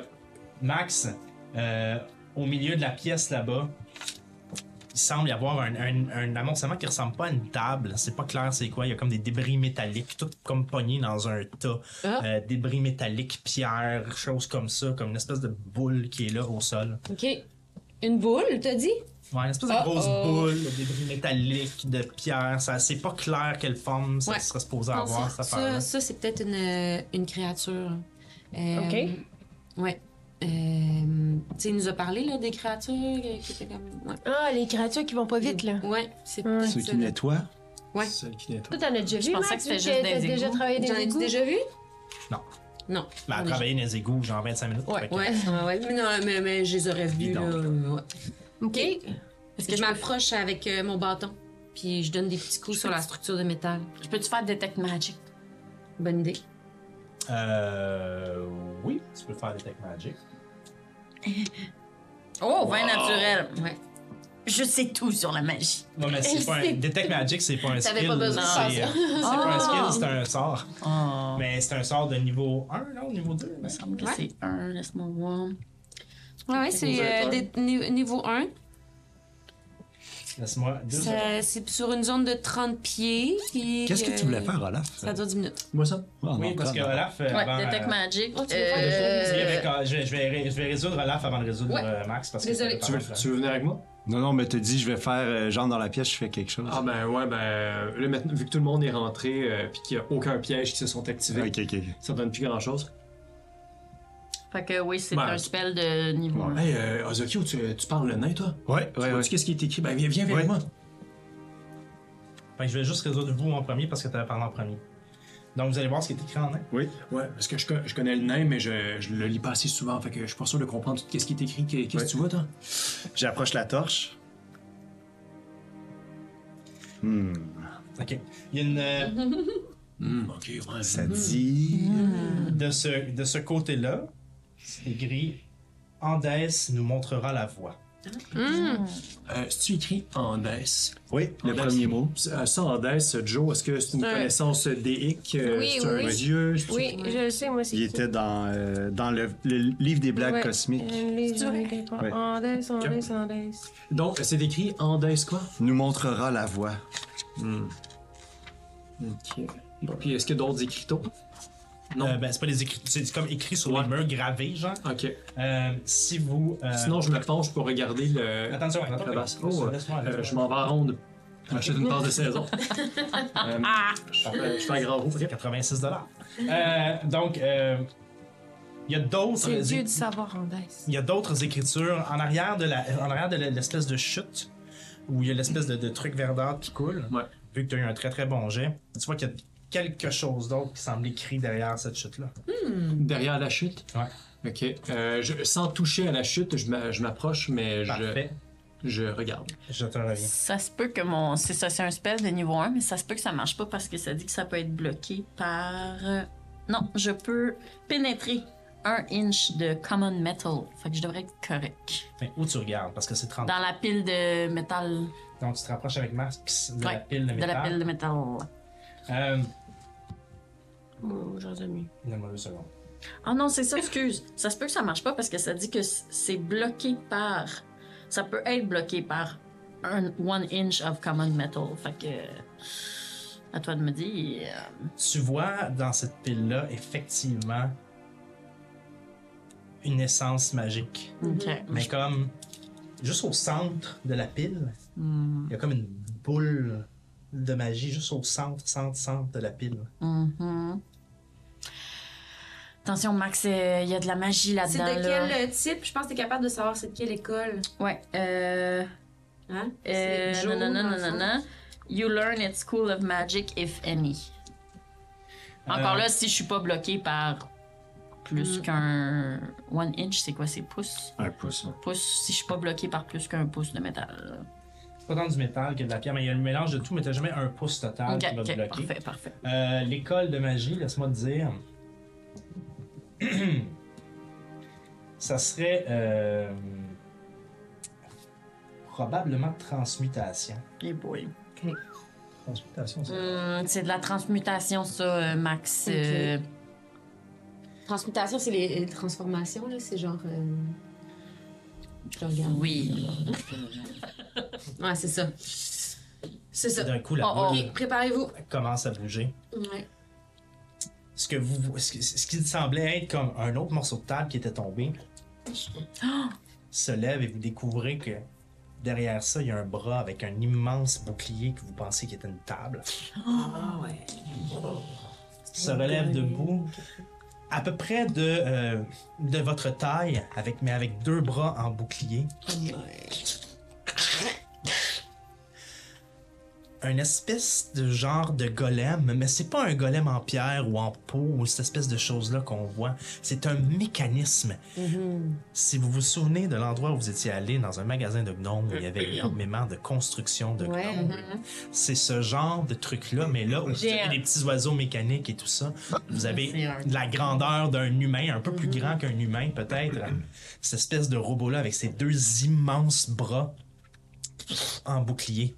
Max, euh, au milieu de la pièce là-bas, il semble y avoir un, un, un amoncellement qui ressemble pas à une table. C'est pas clair c'est quoi. Il y a comme des débris métalliques, tout comme pognés dans un tas.
Ah.
Euh, débris métalliques, pierres, choses comme ça, comme une espèce de boule qui est là au sol.
OK. Une boule, t'as dit?
Ouais, une espèce de grosse boule, de débris métalliques, de pierre. Ça, c'est pas clair quelle forme ça
Ouais.
serait supposé
Non,
avoir,
ça,
cette affaire-là.
ça, ça, c'est peut-être une, euh, une créature. Euh,
Ok.
Ouais. Euh, tu sais, il nous a parlé là, des créatures euh, qui étaient comme. Ouais.
Ah, les créatures qui vont pas vite, là.
Ouais, c'est
Hum.
peut-être
Ceux
ça,
qui
là.
nettoient.
Ouais.
Celle qui nettoie.
Toi, t'en as déjà vu,
pensais
Max,
que c'était
vu
juste
t'as-
des
t'as déjà
égouts.
travaillé
J'en
des
ai-tu
égouts?
déjà vu?
Non.
Non.
Ben, à
J'en ai-
travailler dans les égouts, genre 25 minutes.
Ouais,
fait que-
ouais, Ah, ouais, ouais. Mais non, mais, mais je les aurais vus, là.
Bidon.
euh, ouais.
OK.
Parce que je m'approche avec euh, mon bâton, puis je donne des petits coups sur la structure de métal.
Je peux-tu faire Detect Magic?
Bonne idée.
Euh. Oui, tu peux faire Detect Magic.
Oh, vin naturel.
Ouais.
Je sais tout sur la magie.
Non, mais c'est pas un. Detect Magic, c'est pas un
T'avais
skill.
pas besoin de
c'est,
faire
euh, c'est pas un
Ah.
skill, c'est un sort.
Oh,
Mais c'est un sort de niveau 1, non? Niveau 2?
il me semble que
Ouais.
c'est un, laisse-moi voir.
Ouais, ouais, c'est euh, des- ni- niveau 1.
Laisse-moi deux secondes.
Ça- C'est sur une zone de 30 pieds. puis,
Qu'est-ce que tu voulais
euh,
faire, Olaf? Oh,
Ça dure 10 minutes.
Moi, ça.
Ah,
Oui,
non,
parce que
pardon.
Olaf. euh,
Ouais,
avant,
Detect
euh,
Magic.
Oh, tu veux faire des
euh,
je vais avec- je, vais, je, vais, ré- je vais résoudre Olaf avant de résoudre
Ouais.
euh, Max parce que
Désolée.
c'est
Tu veux,
Olaf, là.
tu veux venir avec moi?
Non, non, mais t'as dit, je vais faire euh, genre dans la pièce, je fais quelque chose.
Ah ben ouais, ben là maintenant, vu que tout le monde est rentré euh, puis qu'il n'y a aucun piège qui se sont activés,
ok, ok.
ça donne plus grand chose.
Fait que oui, c'est
Ben,
un spell de niveau un.
Hey euh, Ozokyo, tu, tu parles le nain toi?
Ouais,
Tu
ouais, ouais.
vois-tu qu'est-ce qui est écrit? Ben viens, viens avec
Ouais.
moi.
Fait que je vais juste résoudre vous en premier parce que tu avais parlé en premier. Donc vous allez voir ce qui est écrit en nain.
Oui.
Ouais, parce que je, co- je connais le nain, mais je, je le lis pas assez souvent, fait que je suis pas sûr de comprendre tout qu'est-ce qui est écrit. Qu'est- Qu'est-ce que
Ouais.
tu vois toi?
J'approche la torche.
Ok. Il y a une. euh,
Hum, ok, ouais.
Ça dit.
Mhm.
De ce, de ce côté-là, c'est écrit Andes nous montrera la voie.
Euh, tu écrit Andes.
Oui, le
Andes.
premier mot.
Ça, Euh, ça, Andes, Joe, est-ce que c'est une
Ouais.
connaissance déique? euh,
Oui,
c'est
oui,
un
oui.
dieu? C'est-
Oui, je le sais, moi aussi.
Il était dans, euh, dans le, le livre des blagues
Ouais.
cosmiques.
Euh, les- les-
Ouais.
Andes, Andes, Andes.
Donc, c'est écrit Andes quoi?
Nous montrera la voie.
Ok. Puis est-ce qu'il y a d'autres écriteaux? Non.
Euh, ben, c'est pas les écrits, c'est comme écrit sur
Ouais.
les murs, gravé, genre.
Ok.
Euh, si vous. euh,
Sinon, je me penche pour regarder le.
Attention,
la
attends,
basse.
oui.
Oh, euh,
Laisse-moi, laisse-moi.
euh, je m'en vais à ronde. J'achète une passe de saison. Euh, je fais- je fais un grand roux.
86 Euh, donc, euh, il y a d'autres.
C'est le dieu
é-
du savoir, Andes.
Il y a d'autres écritures en arrière de la, en arrière de la- l'espèce de chute où il y a l'espèce de, de truc verdâtre qui coule.
Ouais.
Vu que tu as eu un très très bon jet, tu vois qu'il y a quelque chose d'autre qui semble écrit derrière cette chute là.
Derrière la chute.
Ouais.
Ok. Euh, je- sans toucher à la chute, je m'a- je m'approche, mais je,
Parfait.
je regarde.
Je te reviens.
Ça se peut que mon. C'est ça, c'est un spell de niveau 1, mais ça se peut que ça marche pas parce que ça dit que ça peut être bloqué par. euh, Non, je peux pénétrer un inch de common metal. Fait que je devrais être correct.
Enfin, où tu regardes parce que c'est 30.
Dans la pile de métal.
Donc tu te rapproches avec Max de la
Ouais,
pile de
De
métal.
la pile de métal.
Euh,
Oh, j'en ai mis.
Donne-moi deux secondes.
Ah non, c'est ça, excuse. Ça se peut que ça marche pas parce que ça dit que c- c'est bloqué par. Ça peut être bloqué par un one inch of common metal. Fait que. À toi de me dire.
Tu vois dans cette pile là effectivement une essence magique.
Ok.
Mais comme, juste au centre de la pile,
Hmm.
il y a comme une boule de magie juste au centre, centre, centre de la pile.
Mhm. Attention, Max, euh, il y a de la magie
C'est
là-dedans.
de
là.
quel euh, type? Je pense que t'es capable de savoir c'est de quelle école.
Ouais. Euh.
Hein?
euh,
C'est Joe,
non, non, non,
dans le
non,
fond.
non. You learn at school of magic, if any. Encore
Euh,
là, si je suis pas bloquée par plus
Mm.
qu'un. One inch, c'est quoi, c'est pouce?
Un pouce.
Pouce, si je suis pas bloquée par plus qu'un pouce de métal.
C'est pas tant du métal que de la pierre, mais il y a le mélange de tout, mais t'as jamais un pouce
Ah,
total
Ok,
qui va te
ok,
bloquer.
parfait, parfait.
Euh, L'école de magie, laisse-moi te dire. Ça serait euh, probablement transmutation.
Eh boy.
Transmutation, c'est.
Hum, c'est de la transmutation, ça, euh, Max.
Ok.
Euh,
Transmutation, c'est les, les transformations, là. C'est genre. euh, Je regarde.
oui.
Ouais, c'est ça. C'est ça.
D'un coup, la
Oh, oh.
boule
Ok, préparez-vous.
commence à bouger.
Ouais.
ce que vous ce, que- ce qui semblait être comme un autre morceau de table qui était tombé se lève et vous découvrez que derrière ça, il y a un bras avec un immense bouclier que vous pensez qui est une table. Se relève debout, à peu près de, euh, de votre taille, avec, mais avec deux bras en bouclier. un espèce de genre de golem, mais c'est pas un golem en pierre ou en peau ou cette espèce de chose-là qu'on voit. C'est un mécanisme. Si vous vous souvenez de l'endroit où vous étiez allé dans un magasin de gnomes où il y avait énormément de construction de
Ouais.
gnomes, c'est ce genre de truc-là, mais là où vous
Géant.
avez des petits oiseaux mécaniques et tout ça, vous avez
C'est un-
de la grandeur d'un humain, un peu plus grand qu'un humain peut-être. Cette espèce de robot-là avec ses deux immenses bras en bouclier.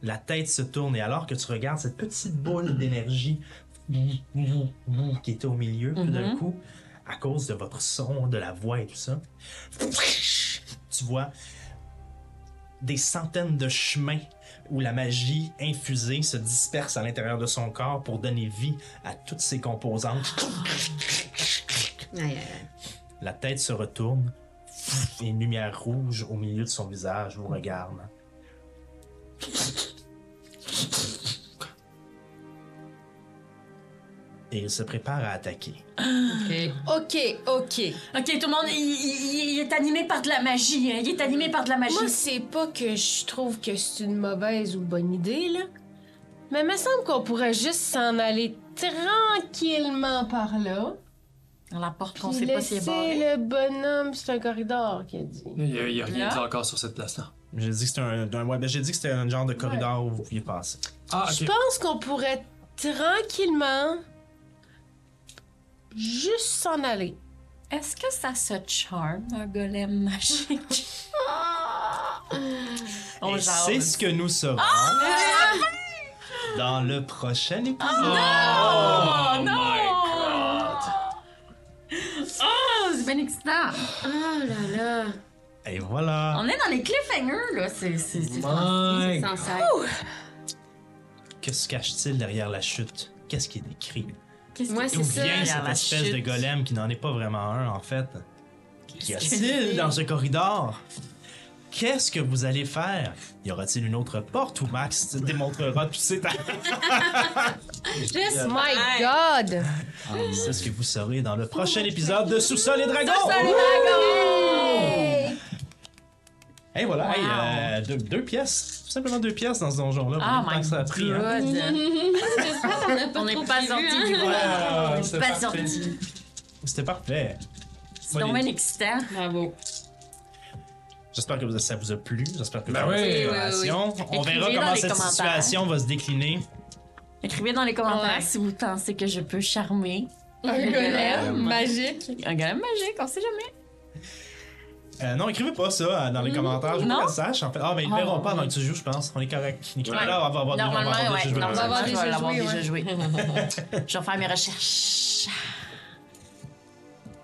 La tête se tourne et alors que tu regardes cette petite boule d'énergie qui était au milieu, tout d'un coup, à cause de votre son, de la voix et tout ça, tu vois des centaines de chemins où la magie infusée se disperse à l'intérieur de son corps pour donner vie à toutes ses composantes. La tête se retourne et une lumière rouge au milieu de son visage vous regarde. Et il se prépare à attaquer.
Ok, ok.
Ok, tout le monde, il, il- il est animé par de la magie. hein. Il est animé par de la magie.
Moi, c'est pas que je trouve que c'est une mauvaise ou bonne idée, là. Mais il me semble qu'on pourrait juste s'en aller tranquillement par là.
la porte qu'on
puis
sait pas si elle est
laisser
barrée.
le bonhomme, c'est un corridor qu'il a dit.
Il y a, il y a rien
Là.
dit encore sur cette place-là.
J'ai dit que c'était un, d'un- ouais, ben, j'ai dit que c'était un genre de corridor où vous pouviez passer.
Ah,
Je
ok.
pense qu'on pourrait tranquillement juste s'en aller.
Est-ce que ça se charme, un golem magique? On
Et
jase. Ah!
c'est ce que nous serons dans le prochain épisode.
Oh non! Oh, c'est bien excitant!
Oh
Et voilà.
On est dans les cliffhangers, là. C'est c'est- c'est
My
fantastique, c'est sans cesse.
Que se cache-t-il derrière la chute Qu'est-ce qui est écrit
Qu'est-ce
Moi,
qui-
c'est
D'où
ça.
vient
derrière
cette
la
espèce
chute?
de golem qui n'en est pas vraiment un en fait Qu'y
Qu'est-ce
a-t-il
que-
dans ce corridor Qu'est-ce que vous allez faire Y aura-t-il une autre porte où Max te démontrera tous ses talents
Just my god!
C'est ce que vous saurez dans le prochain épisode de Sous-sol et Dragons. Et voilà, hey, euh, deux, deux pièces, tout simplement deux pièces dans ce donjon-là.
Ah,
Vous voyez le temps
my
que ça a pris, hein?
God! On n'est pas sorti
hein.
du bois. On n'est
c'est
pas
parfait.
sorti.
C'était parfait.
C'est donc bien excitant.
Bravo.
J'espère que vous- ça vous a plu. J'espère que vous
Ben
avez
oui.
des
Oui, oui,
relations. On
Écrivez
verra
dans
comment
les
cette
commentaires.
situation va se décliner.
Écrivez dans les commentaires
Ouais.
si vous pensez que je peux charmer
Un golem magique.
un golem magique. On sait jamais.
Euh, non, écrivez pas ça euh, dans les commentaires. Je veux
Mm-hmm. Non.
pas qu'elle sache. En fait. Ah, ben ils ne
Ah,
verront pas
ouais.
avant que tu joues, je pense. On est correct. Nicolas
Ouais.
va avoir des gens, on va avoir
Normalement,
des
ouais.
jugements.
Normalement, je
jeux
vais l'avoir
joués,
déjà
ouais.
joué. Je vais faire mes recherches.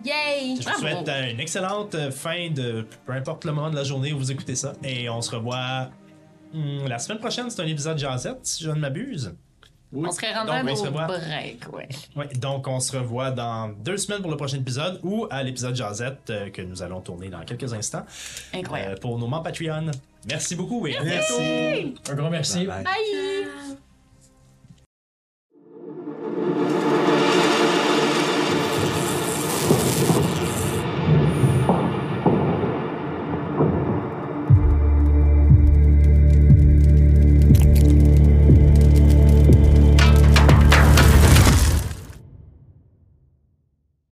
Yay!
Ah,
Je vous souhaite euh, une excellente euh, fin de peu importe le moment de la journée où vous écoutez ça. Et on se revoit hum, la semaine prochaine. C'est un épisode Jazette, si je ne m'abuse.
On serait rendu
Donc,
à
on se
nos
revoit.
break, ouais.
Ouais, donc on se revoit dans deux semaines pour le prochain épisode ou à l'épisode Jazette euh, que nous allons tourner dans quelques instants
Incroyable.
euh, pour nos membres Patreon. Merci beaucoup et à bientôt.
Un grand merci.
Bye.
Aïe!